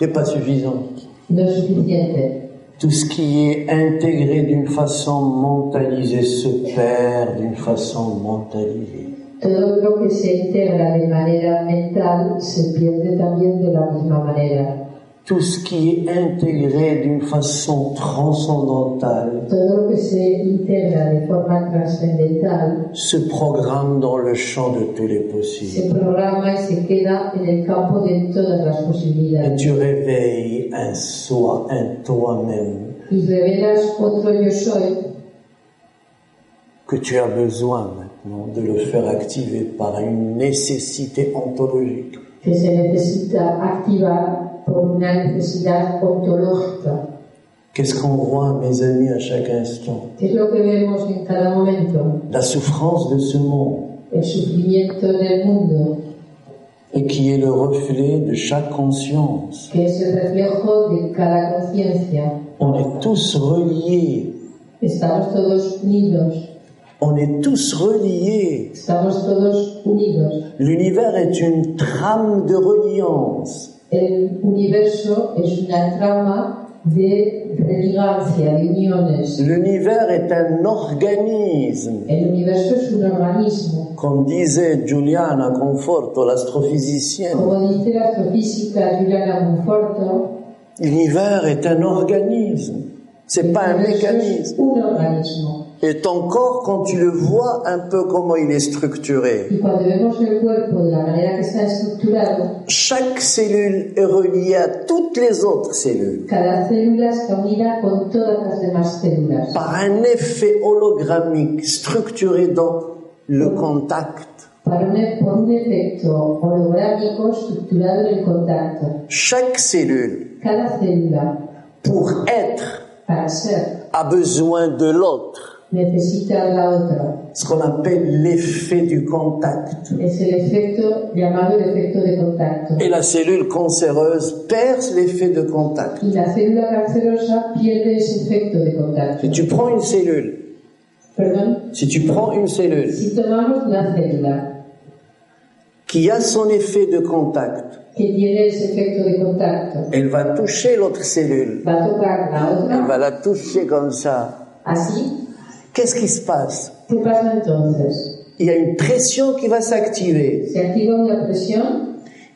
Speaker 3: C'est pas suffisant.
Speaker 4: no es suficiente.
Speaker 3: Tout ce qui est intégré d'une façon mentalisée se perd d'une façon mentalisée.
Speaker 4: Todo lo que se integra de manera mental se pierde también de la misma manera.
Speaker 3: Tout ce qui est intégré d'une façon transcendantale
Speaker 4: Todo lo que se integra de forma trascendental
Speaker 3: se programme dans le champ de tous les possibles.
Speaker 4: se programa y se queda en el campo de todas las
Speaker 3: Et
Speaker 4: posibilidades.
Speaker 3: tu réveilles un soi, un toi-même
Speaker 4: Y revelas otro yo soy
Speaker 3: que tu as besoin maintenant de le faire activer par une nécessité ontologique.
Speaker 4: que se necesita activar por una necesidad ontológica,
Speaker 3: Qu'est-ce qu'on voit, mes amis, à chaque instant
Speaker 4: que es lo que vemos en cada momento,
Speaker 3: La souffrance de ce monde,
Speaker 4: el sufrimiento del mundo,
Speaker 3: et qui est le reflet de chaque conscience.
Speaker 4: que es el reflejo de cada conciencia.
Speaker 3: On est tous reliés,
Speaker 4: Estamos todos unidos,
Speaker 3: on est tous reliés.
Speaker 4: estamos todos unidos.
Speaker 3: L'univers est une trame de reliance.
Speaker 4: El universo es una trama de religancia, de uniones.
Speaker 3: L'univers est un organisme.
Speaker 4: El universo es un organismo.
Speaker 3: Comme disait Giuliana Conforto, l'astrophysicienne,
Speaker 4: Como dice la astrofísica Juliana Monforto,
Speaker 3: l'univers est un organisme, c'est
Speaker 4: el
Speaker 3: pas un
Speaker 4: universo
Speaker 3: mécanisme.
Speaker 4: es un organismo.
Speaker 3: Et ton corps, quand tu le vois un peu comment il est structuré,
Speaker 4: Y cuando vemos el cuerpo de la manera que está estructurado,
Speaker 3: chaque cellule est reliée à toutes les autres cellules
Speaker 4: cada célula está unida con todas las demás células
Speaker 3: par un effet hologrammique structuré dans le contact.
Speaker 4: para un e- por un efecto holográfico estructurado en el contacto.
Speaker 3: Chaque cellule,
Speaker 4: Cada célula,
Speaker 3: pour être,
Speaker 4: para ser,
Speaker 3: a besoin de l'autre,
Speaker 4: necesita a la otra.
Speaker 3: ce qu'on appelle l'effet du contact.
Speaker 4: Es el efecto llamado el efecto de contacto.
Speaker 3: Et la cellule cancéreuse perce l'effet de contact.
Speaker 4: Y la célula cancerosa pierde ese efecto de contacto.
Speaker 3: Si tu prends une cellule,
Speaker 4: Perdón,
Speaker 3: si tu prends une cellule
Speaker 4: si tomamos una célula
Speaker 3: qui a son effet de contact,
Speaker 4: que tiene ese efecto de contacto,
Speaker 3: elle va toucher l'autre cellule.
Speaker 4: va a tocar la
Speaker 3: Elle
Speaker 4: otra
Speaker 3: va la toucher comme ça.
Speaker 4: así
Speaker 3: Qu'est-ce qui se passe
Speaker 4: ¿Qué pasa entonces?
Speaker 3: Il y a une pression qui va s'activer,
Speaker 4: Se activa una presión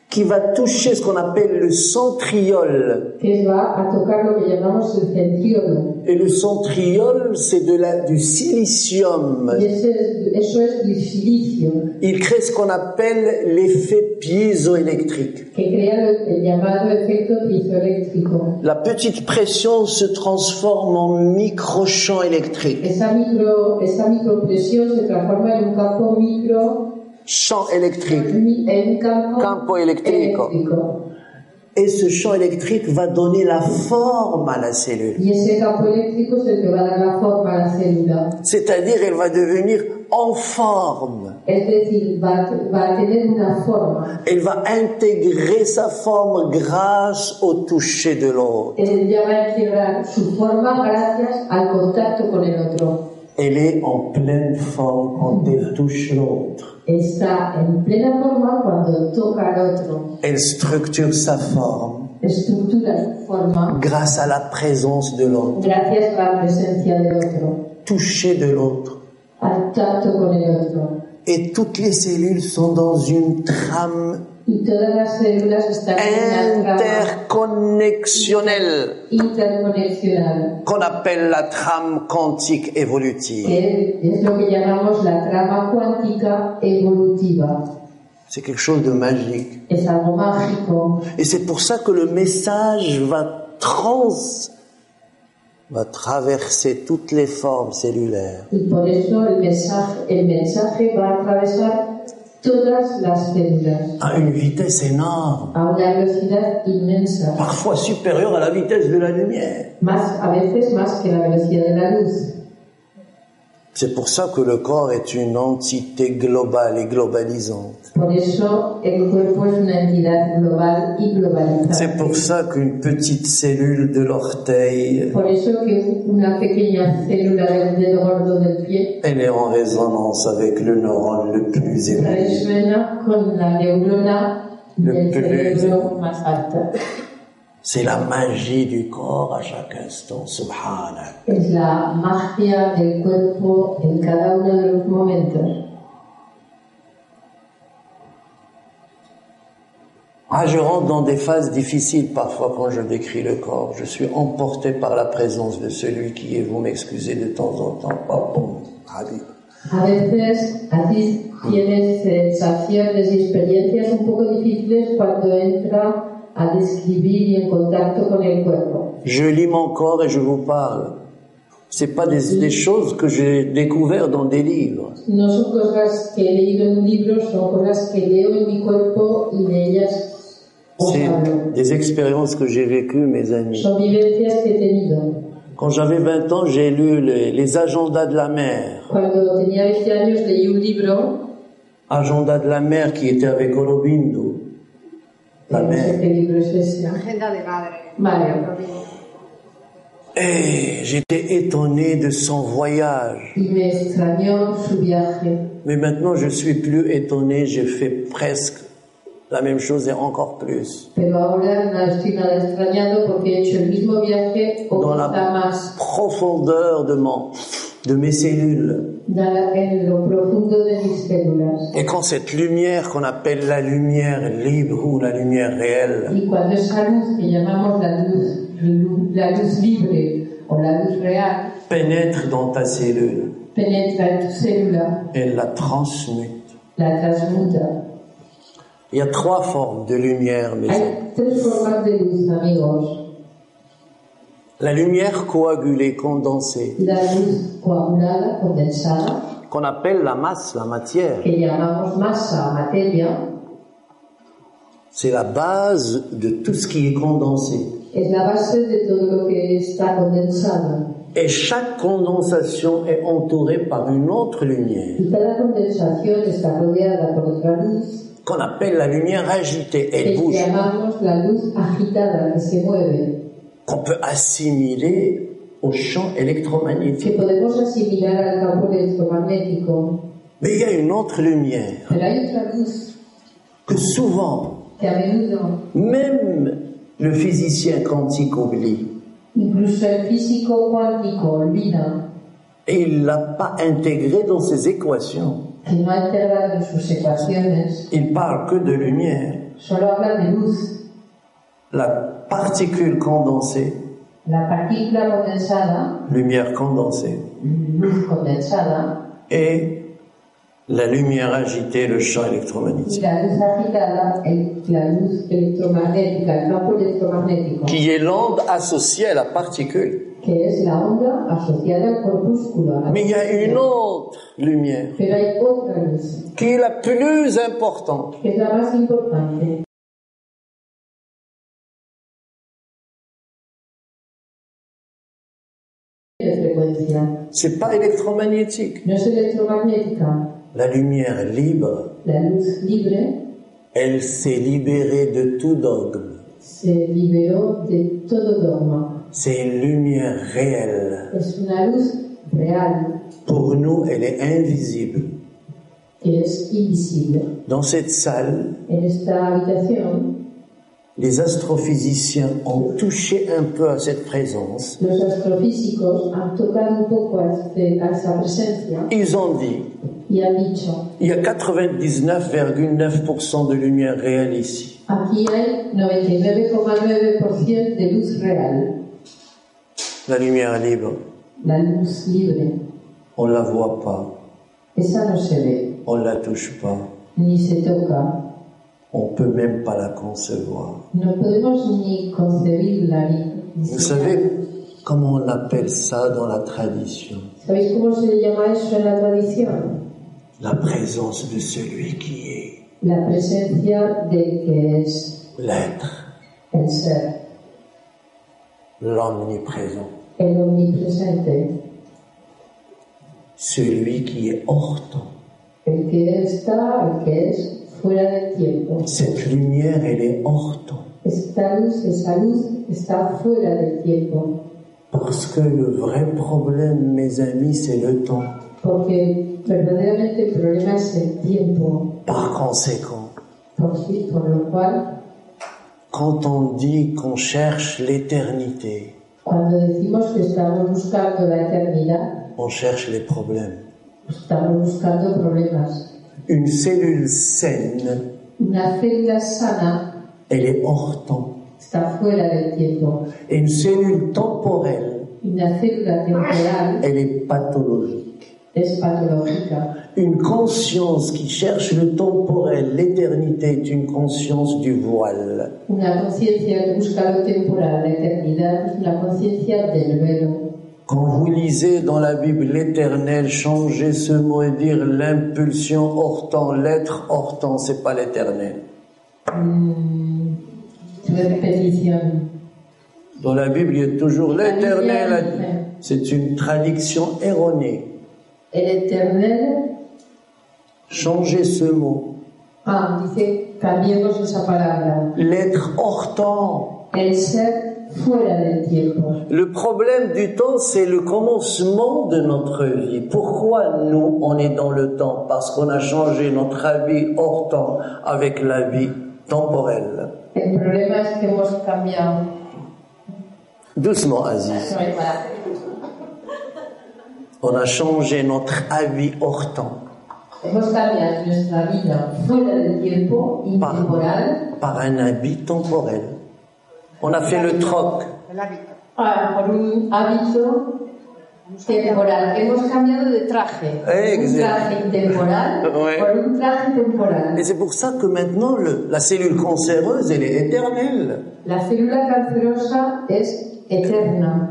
Speaker 3: qui va toucher ce qu'on appelle le centriole.
Speaker 4: que va a tocar lo que llamamos el centriolo.
Speaker 3: Et le centriole, c'est de la, du silicium.
Speaker 4: Y ese es- eso es el silicio,
Speaker 3: Il crée ce qu'on appelle l'effet piézoélectrique.
Speaker 4: que crea lo- el llamado efecto piezoeléctrico.
Speaker 3: La petite pression se transforme en microchamp électrique.
Speaker 4: Esa, micro, esa micropresión se transforma en un campo micro,
Speaker 3: Champ électrique.
Speaker 4: mi- en un campo,
Speaker 3: Campo eléctrico.
Speaker 4: eléctrico.
Speaker 3: Et ce champ électrique va donner la forme à la cellule.
Speaker 4: Y ese campo eléctrico es el que va a dar la forma a la célula.
Speaker 3: C'est-à-dire, elle va devenir en forme.
Speaker 4: Es decir, va, a- va a tener una forma.
Speaker 3: Elle va intégrer sa forme grâce au toucher de l'autre.
Speaker 4: Él ya va a integrar su forma gracias al contacto con el otro.
Speaker 3: Elle est en pleine forme quand elle touche l'autre.
Speaker 4: está en plena forma cuando toca al otro.
Speaker 3: Elle structure sa forme.
Speaker 4: estructuras, forma,
Speaker 3: grâce à la présence de l'autre,
Speaker 4: gracias a la presencia del otro,
Speaker 3: touché de l'autre.
Speaker 4: al trato con el otro.
Speaker 3: Et toutes les cellules sont dans une trame
Speaker 4: Y todas las células están en una trama
Speaker 3: interconnexionnelle
Speaker 4: interconexional,
Speaker 3: qu'on appelle la trame quantique évolutive.
Speaker 4: que es lo que llamamos la trama cuántica evolutiva.
Speaker 3: C'est quelque chose de magique.
Speaker 4: Es algo mágico
Speaker 3: Et c'est pour ça que le message va trans va traverser toutes les formes cellulaires.
Speaker 4: y por eso el mensaje, el mensaje va a atravesar todas las células
Speaker 3: à une vitesse énorme,
Speaker 4: a una velocidad inmensa,
Speaker 3: parfois supérieure à la vitesse de la lumière.
Speaker 4: más a veces más que la velocidad de la luz.
Speaker 3: C'est pour ça que le corps est une entité globale et globalisante.
Speaker 4: Por eso el cuerpo es una entidad global y globalizada.
Speaker 3: C'est pour ça qu'une petite cellule de l'orteil,
Speaker 4: Por eso que una pequeña célula del dedo gordo del pie
Speaker 3: elle est en résonance avec le neurone le plus élevé.
Speaker 4: resuena con la neurona
Speaker 3: Del
Speaker 4: del
Speaker 3: pene.
Speaker 4: cerebro más alta.
Speaker 3: C'est la magie du corps à chaque instant, subhanak.
Speaker 4: Es la magia del cuerpo en cada uno de los momentos.
Speaker 3: Ah, je rentre dans des phases difficiles parfois quand je décris le corps. Je suis emporté par la présence de celui qui est, vous m'excusez de temps en temps, pas bon, Habib.
Speaker 4: A veces así tienes eh, sensaciones y experiencias un poco difíciles cuando entra a describir y en contacto con el cuerpo.
Speaker 3: Je lis mon corps et je vous parle. C'est pas des, des choses que j'ai découvert dans des livres.
Speaker 4: No son cosas que he leído en un libro, son cosas que leo en mi cuerpo y de ellas os
Speaker 3: C'est
Speaker 4: hablo.
Speaker 3: des expériences que j'ai vécues, mes amis.
Speaker 4: Son vivencias que he tenido.
Speaker 3: Quand j'avais 20 ans, j'ai lu les, les agendas de la mer.
Speaker 4: Cuando tenía 20 años leí un libro,
Speaker 3: Agenda de la mer qui était avec Orobindo. La
Speaker 4: no sé
Speaker 3: mer.
Speaker 4: qué este libro es ese.
Speaker 5: Agenda de madre.
Speaker 4: Vale,
Speaker 3: Et Eh, j'étais étonné de son voyage.
Speaker 4: y me extrañó su viaje.
Speaker 3: Mais maintenant, je suis plus étonné, j'ai fait presque la même chose et encore plus.
Speaker 4: Pero ahora no estoy nada extrañado porque he hecho el mismo viaje o
Speaker 3: Dans la-
Speaker 4: quizá más
Speaker 3: Profondeur de, mon, de mes cellules.
Speaker 4: da- en lo profundo de mis células.
Speaker 3: Et quand cette lumière qu'on appelle la lumière libre ou la lumière réelle,
Speaker 4: Y cuando esa luz que llamamos la luz, la luz libre o la luz real
Speaker 3: pénètre dans ta cellule,
Speaker 4: penetra en tu célula,
Speaker 3: elle la transmute.
Speaker 4: la transmuta.
Speaker 3: Il y a trois formes de lumière, mes amis.
Speaker 4: Hay tres formas de luz, amigos.
Speaker 3: La lumière coagulée, condensée,
Speaker 4: La luz coagulada, condensada,
Speaker 3: qu'on appelle la masse, la matière,
Speaker 4: que llamamos masa, materia,
Speaker 3: c'est la base de tout ce qui est condensé.
Speaker 4: es la base de todo lo que está condensado.
Speaker 3: Et chaque condensation est entourée par une autre lumière,
Speaker 4: Y cada condensación está rodeada por otra luz
Speaker 3: qu'on appelle la lumière agitée. Elle
Speaker 4: que
Speaker 3: bouge,
Speaker 4: llamamos la luz agitada que se mueve,
Speaker 3: qu'on peut assimiler au champ
Speaker 4: que
Speaker 3: électromagnétique.
Speaker 4: podemos asimilar al campo electromagnético.
Speaker 3: Mais il y a une autre lumière
Speaker 4: Pero hay otra luz
Speaker 3: que souvent,
Speaker 4: que a menudo,
Speaker 3: même le physicien quantique oublie.
Speaker 4: incluso el físico cuántico olvida
Speaker 3: Et il ne l'a pas intégrée dans ses équations.
Speaker 4: que no ha integrado en sus ecuaciones,
Speaker 3: Il parle que de lumière.
Speaker 4: solo habla de luz.
Speaker 3: La particule condensée,
Speaker 4: La partícula condensada,
Speaker 3: lumière condensée,
Speaker 4: luz condensada,
Speaker 3: et la lumière agitée, le champ
Speaker 4: y
Speaker 3: électromagnétique.
Speaker 4: la luz agitada, el- la luz electromagnética, el campo electromagnético.
Speaker 3: qui est l'onde associée à la particule.
Speaker 4: que es la onda asociada al corpúsculo. a la
Speaker 3: Mais il y a
Speaker 4: corpúscula.
Speaker 3: une autre lumière
Speaker 4: Pero hay otra luz,
Speaker 3: qui est la plus importante.
Speaker 4: que es la más importante, de frecuencia.
Speaker 3: C'est pas électromagnétique.
Speaker 4: No es electromagnética,
Speaker 3: La lumière libre,
Speaker 4: la luz libre
Speaker 3: elle s'est libérée de tout dogme.
Speaker 4: se liberó de todo dogma.
Speaker 3: C'est une lumière réelle.
Speaker 4: Es una luz real
Speaker 3: Pour nous, elle est invisible.
Speaker 4: que es invisible.
Speaker 3: Dans cette salle,
Speaker 4: En esta habitación
Speaker 3: les astrophysiciens ont touché un peu à cette présence.
Speaker 4: Los astrofísicos han tocado un poco a, este- a esa presencia
Speaker 3: Ils ont dit,
Speaker 4: y han dicho,
Speaker 3: il y a 99,9% de lumière réelle ici.
Speaker 4: aquí hay 99,9% de luz real,
Speaker 3: La lumière est libre,
Speaker 4: la luz libre.
Speaker 3: on la voit pas,
Speaker 4: Esa no se ve,
Speaker 3: on la touche pas,
Speaker 4: ni se toca,
Speaker 3: on peut même pas la concevoir.
Speaker 4: no podemos ni concebirla. Ni, ni
Speaker 3: Vous
Speaker 4: siquiera-
Speaker 3: savez comment on appelle ça dans la tradition
Speaker 4: ¿Sabéis cómo se llama eso en la tradición?
Speaker 3: La présence de celui qui est
Speaker 4: La presencia del que es
Speaker 3: l'être,
Speaker 4: el ser,
Speaker 3: l'omniprésent,
Speaker 4: el omnipresente,
Speaker 3: celui qui est hors temps.
Speaker 4: el que está, el que es fuera del tiempo.
Speaker 3: Cette lumière, elle est hors temps.
Speaker 4: Esta luz, esa luz está fuera del tiempo,
Speaker 3: Parce que le vrai problème, mes amis, c'est le temps.
Speaker 4: porque verdaderamente el problema es el tiempo,
Speaker 3: Par conséquent,
Speaker 4: por, sí, por lo cual
Speaker 3: quand on dit qu'on cherche l'éternité,
Speaker 4: cuando decimos que estamos buscando la eternidad,
Speaker 3: on cherche les problèmes.
Speaker 4: estamos buscando problemas.
Speaker 3: Une cellule saine,
Speaker 4: Una celda sana
Speaker 3: elle est hors temps.
Speaker 4: está fuera del tiempo,
Speaker 3: Et une cellule temporelle,
Speaker 4: una célula temporal
Speaker 3: elle est pathologique.
Speaker 4: es patológica.
Speaker 3: Une conscience qui cherche le temporel, l'éternité, est une conscience du voile.
Speaker 4: Una conciencia que busca lo temporal, la eternidad, es una conciencia del velo.
Speaker 3: Quand vous lisez dans la Bible l'éternel, changez ce mot et dire l'impulsion hors temps, l'être hors temps, c'est pas l'éternel.
Speaker 4: Mm, repetición.
Speaker 3: Dans la Bible, il y a toujours l'éternel.
Speaker 4: L'éternel.
Speaker 3: C'est une traduction erronée.
Speaker 4: El eternel,
Speaker 3: Changez ce mot.
Speaker 4: ah, dice, cambiemos esa palabra,
Speaker 3: L'être hors temps.
Speaker 4: el ser fuera del tiempo.
Speaker 3: Le problème du temps, c'est le commencement de notre vie. Pourquoi nous, on est dans le temps Parce qu'on a changé notre vie hors temps avec la vie temporelle.
Speaker 4: El problema es que hemos cambiado.
Speaker 3: Doucement, Aziz.
Speaker 4: Eso es para-
Speaker 3: On a changé notre avis hors temps
Speaker 4: Hemos cambiado nuestra vida fuera del tiempo y
Speaker 3: par,
Speaker 4: temporal
Speaker 3: par un habit temporel. On a fait le troc.
Speaker 2: El hábito.
Speaker 4: ah, por un hábito temporal. Hemos cambiado de traje. Un
Speaker 3: Exacto.
Speaker 4: traje temporal
Speaker 3: Ouais.
Speaker 4: por un traje temporal.
Speaker 3: Et c'est pour ça que maintenant, le- la cellule cancéreuse, elle est éternelle.
Speaker 4: La célula cancerosa es eterna.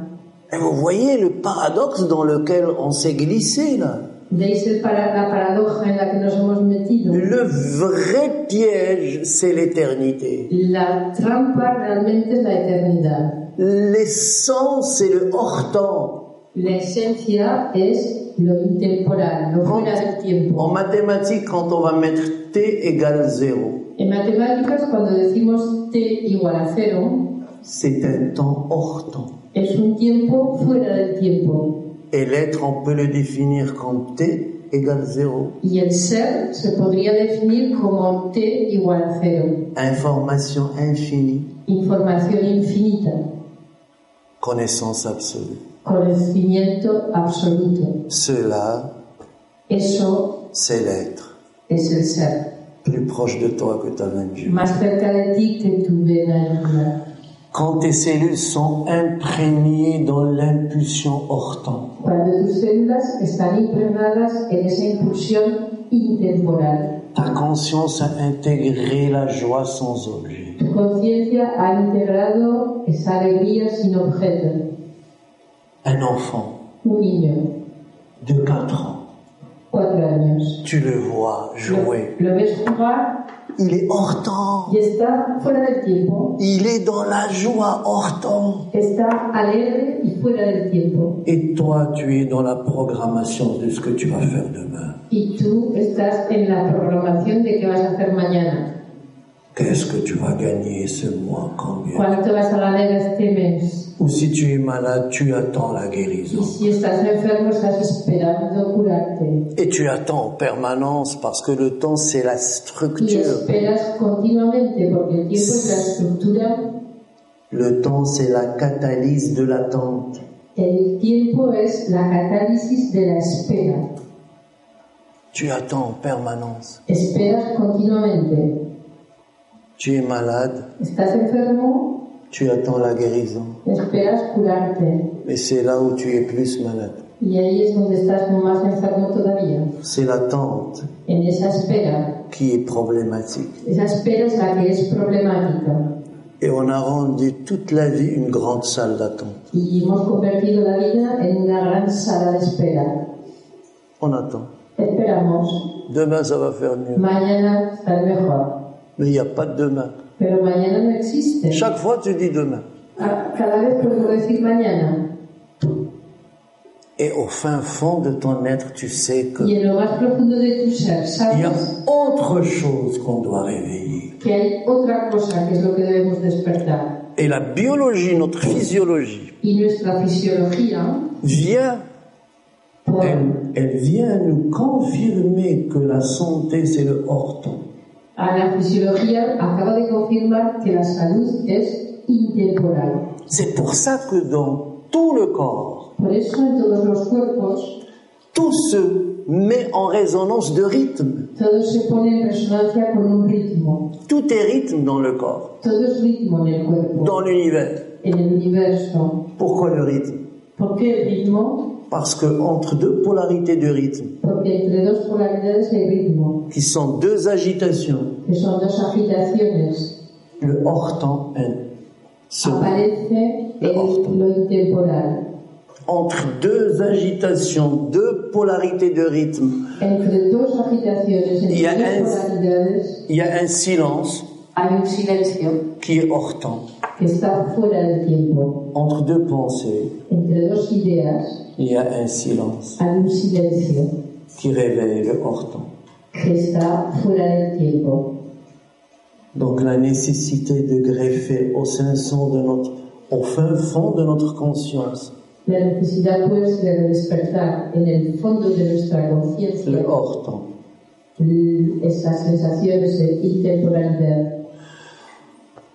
Speaker 3: Et vous voyez le paradoxe dans lequel on s'est glissé là.
Speaker 4: ¿Veis el para- la paradoja en la que nos hemos metido?
Speaker 3: Le vrai piège, c'est l'éternité.
Speaker 4: La trampa realmente es la eternidad.
Speaker 3: L'essence, c'est le hors temps.
Speaker 4: La esencia es lo intemporal, lo fuera del
Speaker 3: En
Speaker 4: tiempo.
Speaker 3: mathématiques, quand on va mettre t égale 0,
Speaker 4: En matemáticas, cuando decimos t igual a cero,
Speaker 3: c'est un temps hors temps.
Speaker 4: es un tiempo fuera del tiempo.
Speaker 3: Et l'être, on peut le définir comme t égale 0.
Speaker 4: Y el ser se podría definir como t igual a cero.
Speaker 3: Information infinie,
Speaker 4: Información infinita,
Speaker 3: connaissance absolue.
Speaker 4: conocimiento absoluto.
Speaker 3: Cela,
Speaker 4: Eso
Speaker 3: c'est l'être.
Speaker 4: es el ser.
Speaker 3: Plus proche de toi que ta main de Dieu.
Speaker 4: más cerca de ti que tu vena hermana.
Speaker 3: Quand tes cellules sont imprégnées dans l'impulsion hors temps,
Speaker 4: Cuando tus células están impregnadas en esa impulsión intemporal,
Speaker 3: ta conscience a intégré la joie sans objet.
Speaker 4: tu conciencia ha integrado esa alegría sin objeto.
Speaker 3: Un enfant
Speaker 4: Un niño,
Speaker 3: de 4 ans,
Speaker 4: cuatro años,
Speaker 3: tu le vois
Speaker 4: lo,
Speaker 3: jouer.
Speaker 4: lo ves jugar
Speaker 3: Il est hors temps.
Speaker 4: y está fuera del tiempo,
Speaker 3: Il est dans la joie hors temps.
Speaker 4: está alegre y fuera del tiempo.
Speaker 3: Et toi, tu es dans la programmation de ce que tu vas faire demain.
Speaker 4: Y tú estás en la programación de qué vas a hacer mañana.
Speaker 3: Qu'est-ce que tu vas gagner ce mois Combien
Speaker 4: ¿Cuánto vas a ganar este mes?
Speaker 3: Ou si tu es malade, tu attends la guérison.
Speaker 4: Y si estás enfermo, estás esperando curarte.
Speaker 3: Et tu attends en permanence parce que le temps, c'est la
Speaker 4: Y
Speaker 3: structure.
Speaker 4: esperas continuamente, porque el tiempo es la estructura,
Speaker 3: Le temps, c'est la catalyse de l'attente.
Speaker 4: el tiempo es la catálisis de la espera.
Speaker 3: Tu attends en permanence.
Speaker 4: Esperas continuamente.
Speaker 3: Tu es malade,
Speaker 4: Estás enfermo,
Speaker 3: tu attends la guérison.
Speaker 4: esperas curarte.
Speaker 3: Et c'est là où tu es plus malade.
Speaker 4: Y ahí es donde estás más enfermo todavía,
Speaker 3: C'est l'attente
Speaker 4: en esa espera.
Speaker 3: qui est problématique.
Speaker 4: Esa espera es la que es problemática.
Speaker 3: Et on a rendu toute la vie une grande salle d'attente.
Speaker 4: Y hemos convertido la vida en una gran sala de espera.
Speaker 3: On attend.
Speaker 4: Esperamos,
Speaker 3: Demain, ça va faire mieux.
Speaker 4: mañana estar mejor.
Speaker 3: Mais il n'y a pas de demain.
Speaker 4: Pero mañana no existe.
Speaker 3: Chaque fois, tu dis demain.
Speaker 4: A- Cada vez puedo decir mañana.
Speaker 3: Et au fin fond de ton être, tu sais que
Speaker 4: Y en lo más profundo de tu ser,
Speaker 3: il y a
Speaker 4: sabes
Speaker 3: autre chose qu'on doit réveiller.
Speaker 4: que hay otra cosa que es lo que debemos despertar.
Speaker 3: Et la biologie, notre physiologie,
Speaker 4: Y nuestra fisiología,
Speaker 3: vient,
Speaker 4: por,
Speaker 3: elle, elle vient nous confirmer que la santé, c'est le hors-temps.
Speaker 4: a la fisiología acaba de confirmar que la salud es intemporal.
Speaker 3: C'est pour ça que dans tout le corps,
Speaker 4: Por eso en todos los cuerpos
Speaker 3: tout se met en résonance de rythme.
Speaker 4: todo se pone en resonancia con un ritmo.
Speaker 3: Tout est rythme dans le corps,
Speaker 4: Todo es ritmo en el cuerpo,
Speaker 3: dans l'univers.
Speaker 4: en el universo.
Speaker 3: Pourquoi le rythme
Speaker 4: ¿Por qué el ritmo?
Speaker 3: Parce que entre deux polarités de rythme,
Speaker 4: Porque entre dos polaridades hay ritmo,
Speaker 3: qui sont deux agitations,
Speaker 4: que son dos agitaciones.
Speaker 3: le hors-temps elle, se-
Speaker 4: Ah Aparece
Speaker 3: El orto.
Speaker 4: el, lo intemporal.
Speaker 3: entre deux agitations, deux polarités de rythme,
Speaker 4: Entre dos agitaciones,
Speaker 3: Y a
Speaker 4: entre dos
Speaker 3: es-
Speaker 4: polaridades,
Speaker 3: il y a un silence
Speaker 4: hay un silencio
Speaker 3: qui est hors-temps.
Speaker 4: que está fuera del tiempo.
Speaker 3: Entre deux pensées,
Speaker 4: Entre dos ideas
Speaker 3: il y a un silence
Speaker 4: hay un silencio
Speaker 3: qui réveille le hors-temps.
Speaker 4: que está fuera del tiempo.
Speaker 3: Donc la nécessité de greffer au fin fond de notre, au fin fond de notre conscience
Speaker 4: La necesidad pues de despertar en el fondo de nuestra
Speaker 3: le
Speaker 4: conciencia
Speaker 3: hors-temps.
Speaker 4: l- esas sensaciones de intemporalidad.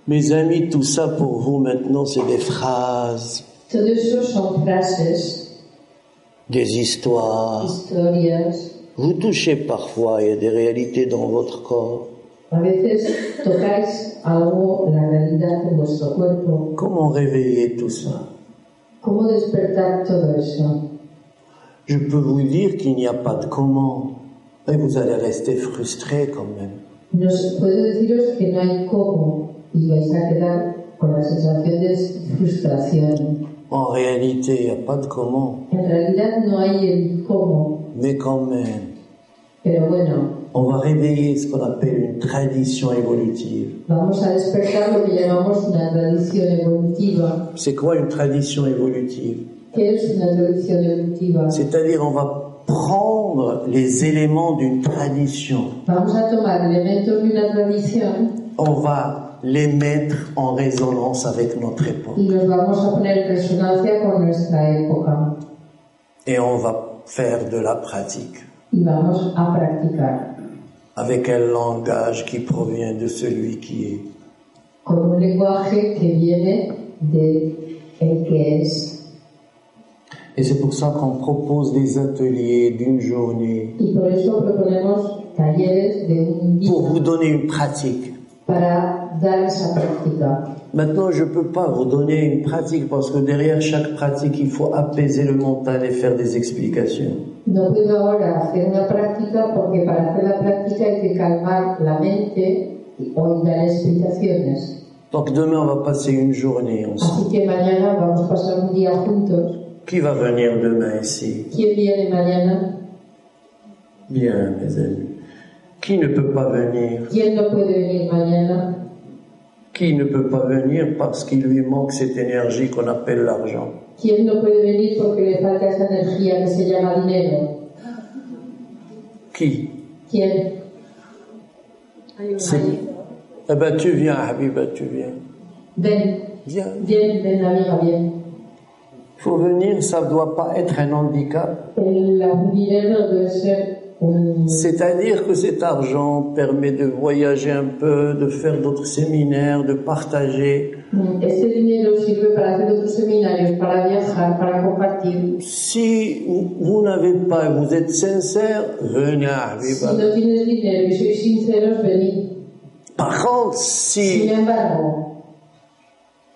Speaker 3: Mes amis, tout ça pour vous maintenant, c'est des phrases,
Speaker 4: Todo eso son frases,
Speaker 3: des histoires.
Speaker 4: historias.
Speaker 3: Vous touchez parfois, il y a des réalités dans votre corps.
Speaker 4: A veces tocáis algo, la realidad en vuestro cuerpo.
Speaker 3: Comment réveiller tout ça
Speaker 4: ¿Cómo despertar todo eso?
Speaker 3: Je peux vous dire qu'il n'y a pas de comment. Et vous allez rester frustré quand même.
Speaker 4: Nos, puedo deciros que no hay cómo y vais a quedar con la sensación de frustración.
Speaker 3: En réalité, il n'y a pas de comment.
Speaker 4: En realidad no hay el cómo,
Speaker 3: Mais quand même,
Speaker 4: pero bueno,
Speaker 3: on va réveiller ce qu'on appelle une tradition évolutive.
Speaker 4: vamos a despertar lo que llamamos una tradición evolutiva.
Speaker 3: C'est quoi une tradition évolutive
Speaker 4: ¿Qué es una tradición evolutiva?
Speaker 3: C'est-à-dire on va prendre les éléments d'une tradition
Speaker 4: Vamos a tomar elementos de una tradición
Speaker 3: on va les mettre en résonance avec notre époque.
Speaker 4: y los vamos a poner en resonancia con nuestra época
Speaker 3: Et on va faire de la pratique
Speaker 4: y vamos a practicar
Speaker 3: avec un langage qui provient de celui qui est.
Speaker 4: con un lenguaje que viene de el que es
Speaker 3: Et c'est pour ça qu'on propose des ateliers d'une journée
Speaker 4: Y por eso proponemos talleres de un día
Speaker 3: pour vous donner une pratique.
Speaker 4: para dar esa práctica.
Speaker 3: Maintenant, je ne peux pas vous donner une pratique parce que derrière chaque pratique, il faut apaiser le mental et faire des explications.
Speaker 4: No puedo ahora hacer una práctica porque para hacer la práctica hay que calmar la mente y- o dar explicaciones.
Speaker 3: Donc demain, on va passer une journée ensemble.
Speaker 4: Así que mañana vamos a pasar un día juntos.
Speaker 3: Qui va venir demain ici
Speaker 4: ¿Quién viene mañana?
Speaker 3: Bien, mes amis. Qui ne peut pas venir
Speaker 4: ¿Quién no puede venir mañana?
Speaker 3: qui ne peut pas venir parce qu'il lui manque cette énergie qu'on appelle l'argent.
Speaker 4: ¿Quién no puede venir porque le falta esa energía que se llama dinero?
Speaker 3: Qui
Speaker 4: ¿Quién?
Speaker 3: C'est Eh ben, tu viens, Habiba, tu viens.
Speaker 4: Ven,
Speaker 3: Viens.
Speaker 4: bien, ven, amiga, bien.
Speaker 3: Pour venir, ça ne doit pas être un handicap.
Speaker 4: El acudir no debe ser un...
Speaker 3: C'est-à-dire que cet argent permet de voyager un peu, de faire d'autres séminaires, de partager.
Speaker 4: Este dinero sirve para hacer otros seminarios, para viajar, para compartir.
Speaker 3: Si vous n'avez pas, vous êtes sincère, venez,
Speaker 4: Si
Speaker 3: Habiba.
Speaker 4: no tienes dinero y sois sinceros, venid.
Speaker 3: Par contre,
Speaker 4: Sin
Speaker 3: si
Speaker 4: embargo,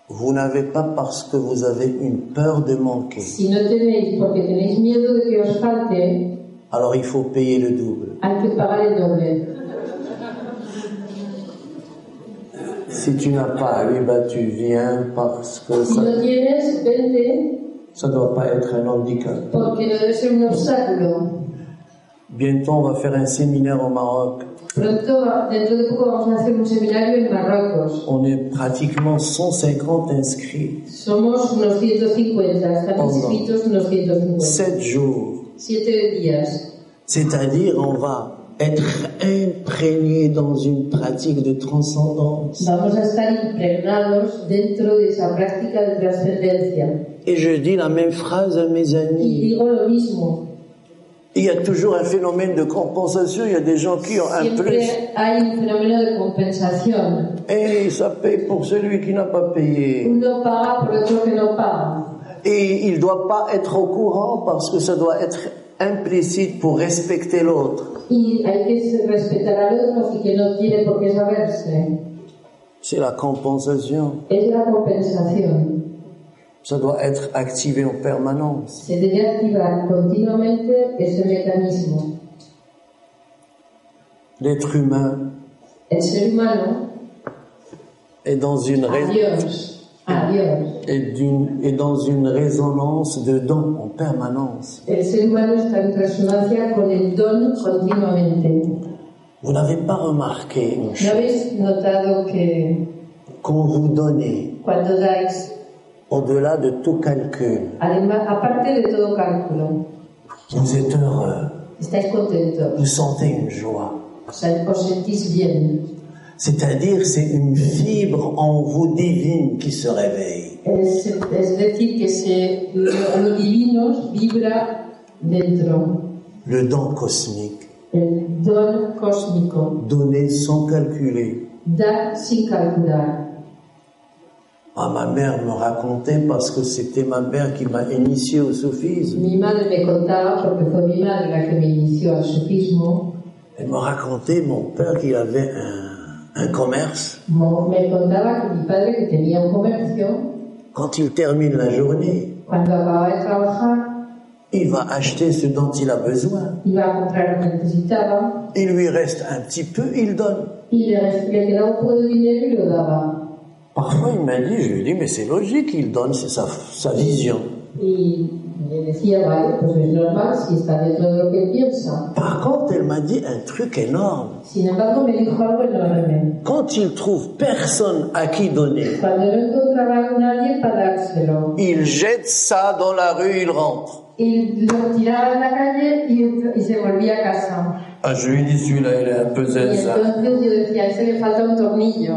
Speaker 3: vous n'avez pas parce que vous avez une peur de manquer,
Speaker 4: si no tenéis porque tenéis miedo de que os falte,
Speaker 3: alors il faut payer le double.
Speaker 4: hay que pagar el doble.
Speaker 3: Si tu n'as pas, eh ben tu viens parce que
Speaker 4: Si
Speaker 3: ça
Speaker 4: no tienes, vente
Speaker 3: ne doit pas être un handicap.
Speaker 4: porque no debe ser un obstáculo.
Speaker 3: Bientôt, on va faire un séminaire au Maroc.
Speaker 4: Pronto, dentro de poco, vamos a hacer un seminario en Marruecos.
Speaker 3: On est pratiquement 150 inscrits.
Speaker 4: Somos unos 150, están
Speaker 3: Oh, no.
Speaker 4: inscritos unos 150.
Speaker 3: 7 jours.
Speaker 4: Siete días.
Speaker 3: C'est-à-dire, on va être imprégné dans une pratique de transcendance.
Speaker 4: Vamos a estar impregnados dentro de esa práctica de trascendencia.
Speaker 3: Et je dis la même phrase à mes
Speaker 4: Y
Speaker 3: amis.
Speaker 4: digo lo mismo,
Speaker 3: Il y a toujours un phénomène de compensation. Il y a des gens qui ont un plus.
Speaker 4: siempre hay un fenómeno de compensación.
Speaker 3: Et Eh, ça paye pour celui qui n'a pas payé.
Speaker 4: Uno paga por otro que no paga.
Speaker 3: Et il ne doit pas être au courant parce que ça doit être implicite pour respecter l'autre.
Speaker 4: Y hay que respetar al otro y que no tiene por qué saberse.
Speaker 3: C'est la compensation.
Speaker 4: Es la compensación.
Speaker 3: Ça doit être activé en permanence.
Speaker 4: Se debe activar continuamente ese mecanismo.
Speaker 3: L'être humain
Speaker 4: El ser humano
Speaker 3: est dans une,
Speaker 4: Ah.
Speaker 3: ré-
Speaker 4: Adiós. Adiós.
Speaker 3: est d'une- est dans une résonance de don en permanence.
Speaker 4: El ser humano está en resonancia con el don continuamente.
Speaker 3: Vous n'avez pas remarqué une
Speaker 4: ¿No
Speaker 3: chose
Speaker 4: habéis notado que
Speaker 3: qu'on vous donnait
Speaker 4: cuando dais,
Speaker 3: au-delà de tout calcul.
Speaker 4: además, aparte de todo cálculo,
Speaker 3: Vous êtes heureux,
Speaker 4: estáis contentos,
Speaker 3: vous sentez une joie.
Speaker 4: o sea, os sentís bien?
Speaker 3: C'est-à-dire, c'est une fibre en vous divine qui se réveille.
Speaker 4: Es, es decir, que se, lo, lo divino vibra dentro,
Speaker 3: Le don cosmique,
Speaker 4: el don cósmico,
Speaker 3: donné sans calculer.
Speaker 4: da sin calcular.
Speaker 3: Ah, ma mère me racontait parce que c'était ma mère qui m'a initié au soufisme.
Speaker 4: Mi madre me contaba, porque fue mi madre la que me inició al sufismo,
Speaker 3: Elle me racontait mon père qu'il avait un, un commerce.
Speaker 4: Mo- Me contaba que mi padre, que tenía un comercio,
Speaker 3: Quand il termine la journée,
Speaker 4: cuando acababa de trabajar,
Speaker 3: il va acheter ce dont il a besoin.
Speaker 4: iba a comprar lo que necesitaba
Speaker 3: Il lui reste un petit peu, il donne.
Speaker 4: y le, le quedaba un poco de dinero y lo daba.
Speaker 3: Parfois, il m'a dit, je lui ai dit, mais c'est logique, il donne, c'est sa, sa vision.
Speaker 4: Y le decía, vale, pues es normal si está dentro de lo que piensa.
Speaker 3: Par contre, elle m'a dit un truc énorme.
Speaker 4: Sin embargo, me dijo algo enorme.
Speaker 3: Quand il trouve personne à qui donner,
Speaker 4: Cuando no encontraba a nadie para dárselo,
Speaker 3: il jette ça dans la rue, il rentre.
Speaker 4: y lo tiraba en la calle y, entra- y se volvía a casa.
Speaker 3: Ah, je lui ai dit, celui-là, il est un peu
Speaker 4: Y
Speaker 3: zen, ça.
Speaker 4: entonces yo decía, a ese le falta un tornillo.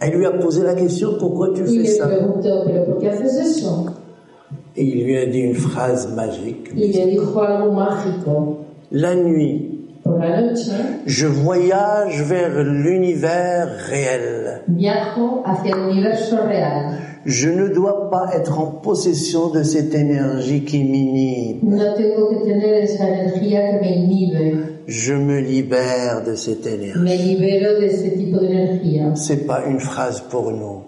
Speaker 3: Elle lui a posé la question, pourquoi tu
Speaker 4: Y
Speaker 3: fais
Speaker 4: le
Speaker 3: ça
Speaker 4: preguntó, ¿pero por qué haces eso?
Speaker 3: Et il lui a dit une phrase magique.
Speaker 4: y le dijo algo mágico.
Speaker 3: La nuit,
Speaker 4: Por la noche
Speaker 3: je voyage vers l'univers réel.
Speaker 4: viajo hacia el universo real.
Speaker 3: Je ne dois pas être en possession de cette énergie qui m'inhibe.
Speaker 4: No tengo que tener esa energía que me inhibe.
Speaker 3: Je me libère de cette énergie.
Speaker 4: Me libero de ese tipo de energía.
Speaker 3: C'est pas une phrase pour nous.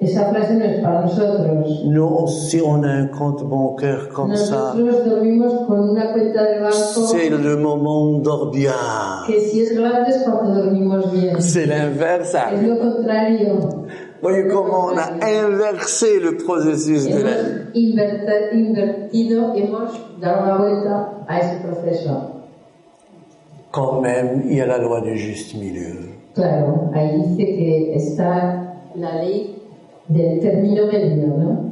Speaker 4: Esa frase no es para nosotros.
Speaker 3: Nous, si on a un compte bancaire comme ça,
Speaker 4: Nosotros dormimos con una cuenta de banco
Speaker 3: c'est le moment où on dort bien.
Speaker 4: que si es grande es cuando dormimos bien. Es
Speaker 3: C'est l'inverse. hein.
Speaker 4: lo contrario.
Speaker 3: Voyez comment on a inversé le processus de la vie.
Speaker 4: Hemos inverte- invertido, hemos dado una vuelta a ese proceso.
Speaker 3: Quand même, il y a la loi du juste milieu.
Speaker 4: Claro, ahí dice que está la ley del término medio, ¿no?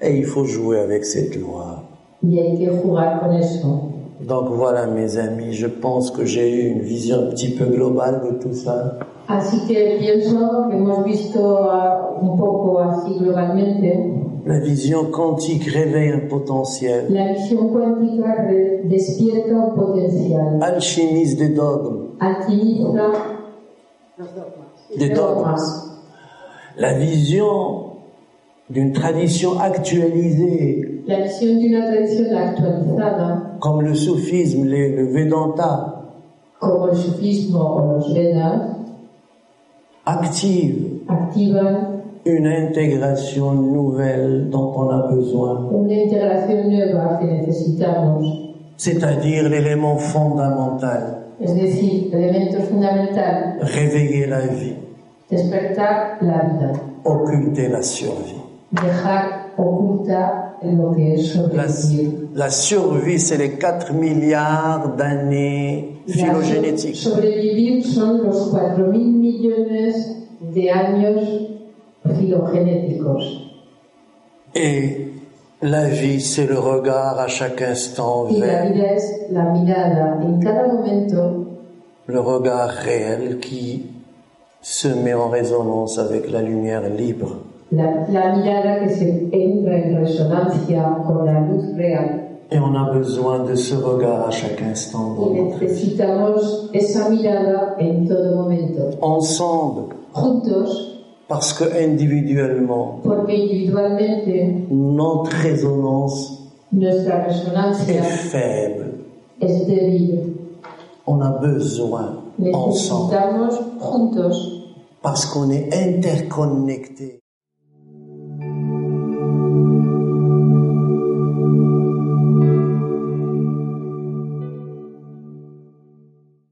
Speaker 3: Et il faut jouer avec cette loi.
Speaker 4: Y hay que jugar con eso.
Speaker 3: Donc voilà mes amis, je pense que j'ai eu une vision un petit peu globale de tout ça.
Speaker 4: Así que pienso que hemos visto ah, un poco así globalmente
Speaker 3: La vision quantique réveille un potentiel,
Speaker 4: la visión cuántica re- despierta un potencial,
Speaker 3: alchimiste des dogmes,
Speaker 4: alquimiza
Speaker 3: des dogmes.
Speaker 4: dogmas,
Speaker 3: La vision d'une tradition actualisée,
Speaker 4: la visión de una tradición actualizada
Speaker 3: comme le soufisme, les- le Vedanta,
Speaker 4: como el sufismo o los Vedas
Speaker 3: active
Speaker 4: activan
Speaker 3: une intégration nouvelle dont on a besoin,
Speaker 4: una integración nueva que necesitamos,
Speaker 3: c'est-à-dire l'élément fondamental,
Speaker 4: es decir, elemento fundamental,
Speaker 3: réveiller la vie,
Speaker 4: despertar la vida,
Speaker 3: occulter la survie.
Speaker 4: dejar oculta lo que es
Speaker 3: La,
Speaker 4: sobrevivir.
Speaker 3: la survie, c'est les 4 milliards d'années
Speaker 4: La-
Speaker 3: phylogénétiques.
Speaker 4: Sobrevivir son los 4.000 millones de años filogenéticos.
Speaker 3: Et la vie, c'est le regard à chaque instant
Speaker 4: Y la
Speaker 3: vers
Speaker 4: vida es la mirada en cada momento,
Speaker 3: le regard réel qui se met en résonance avec la lumière libre.
Speaker 4: la, la mirada que se entra en resonancia con la luz real.
Speaker 3: Et on a besoin de ce regard à chaque instant. dans
Speaker 4: Y
Speaker 3: notre vie.
Speaker 4: necesitamos esa mirada en todo momento.
Speaker 3: Ensemble,
Speaker 4: Juntos,
Speaker 3: parce que individuellement,
Speaker 4: porque individualmente
Speaker 3: notre résonance
Speaker 4: nuestra
Speaker 3: est
Speaker 4: resonancia
Speaker 3: faible.
Speaker 4: es débil.
Speaker 3: On a besoin ensemble.
Speaker 4: Necesitamos juntos
Speaker 3: parce qu'on est interconnecté.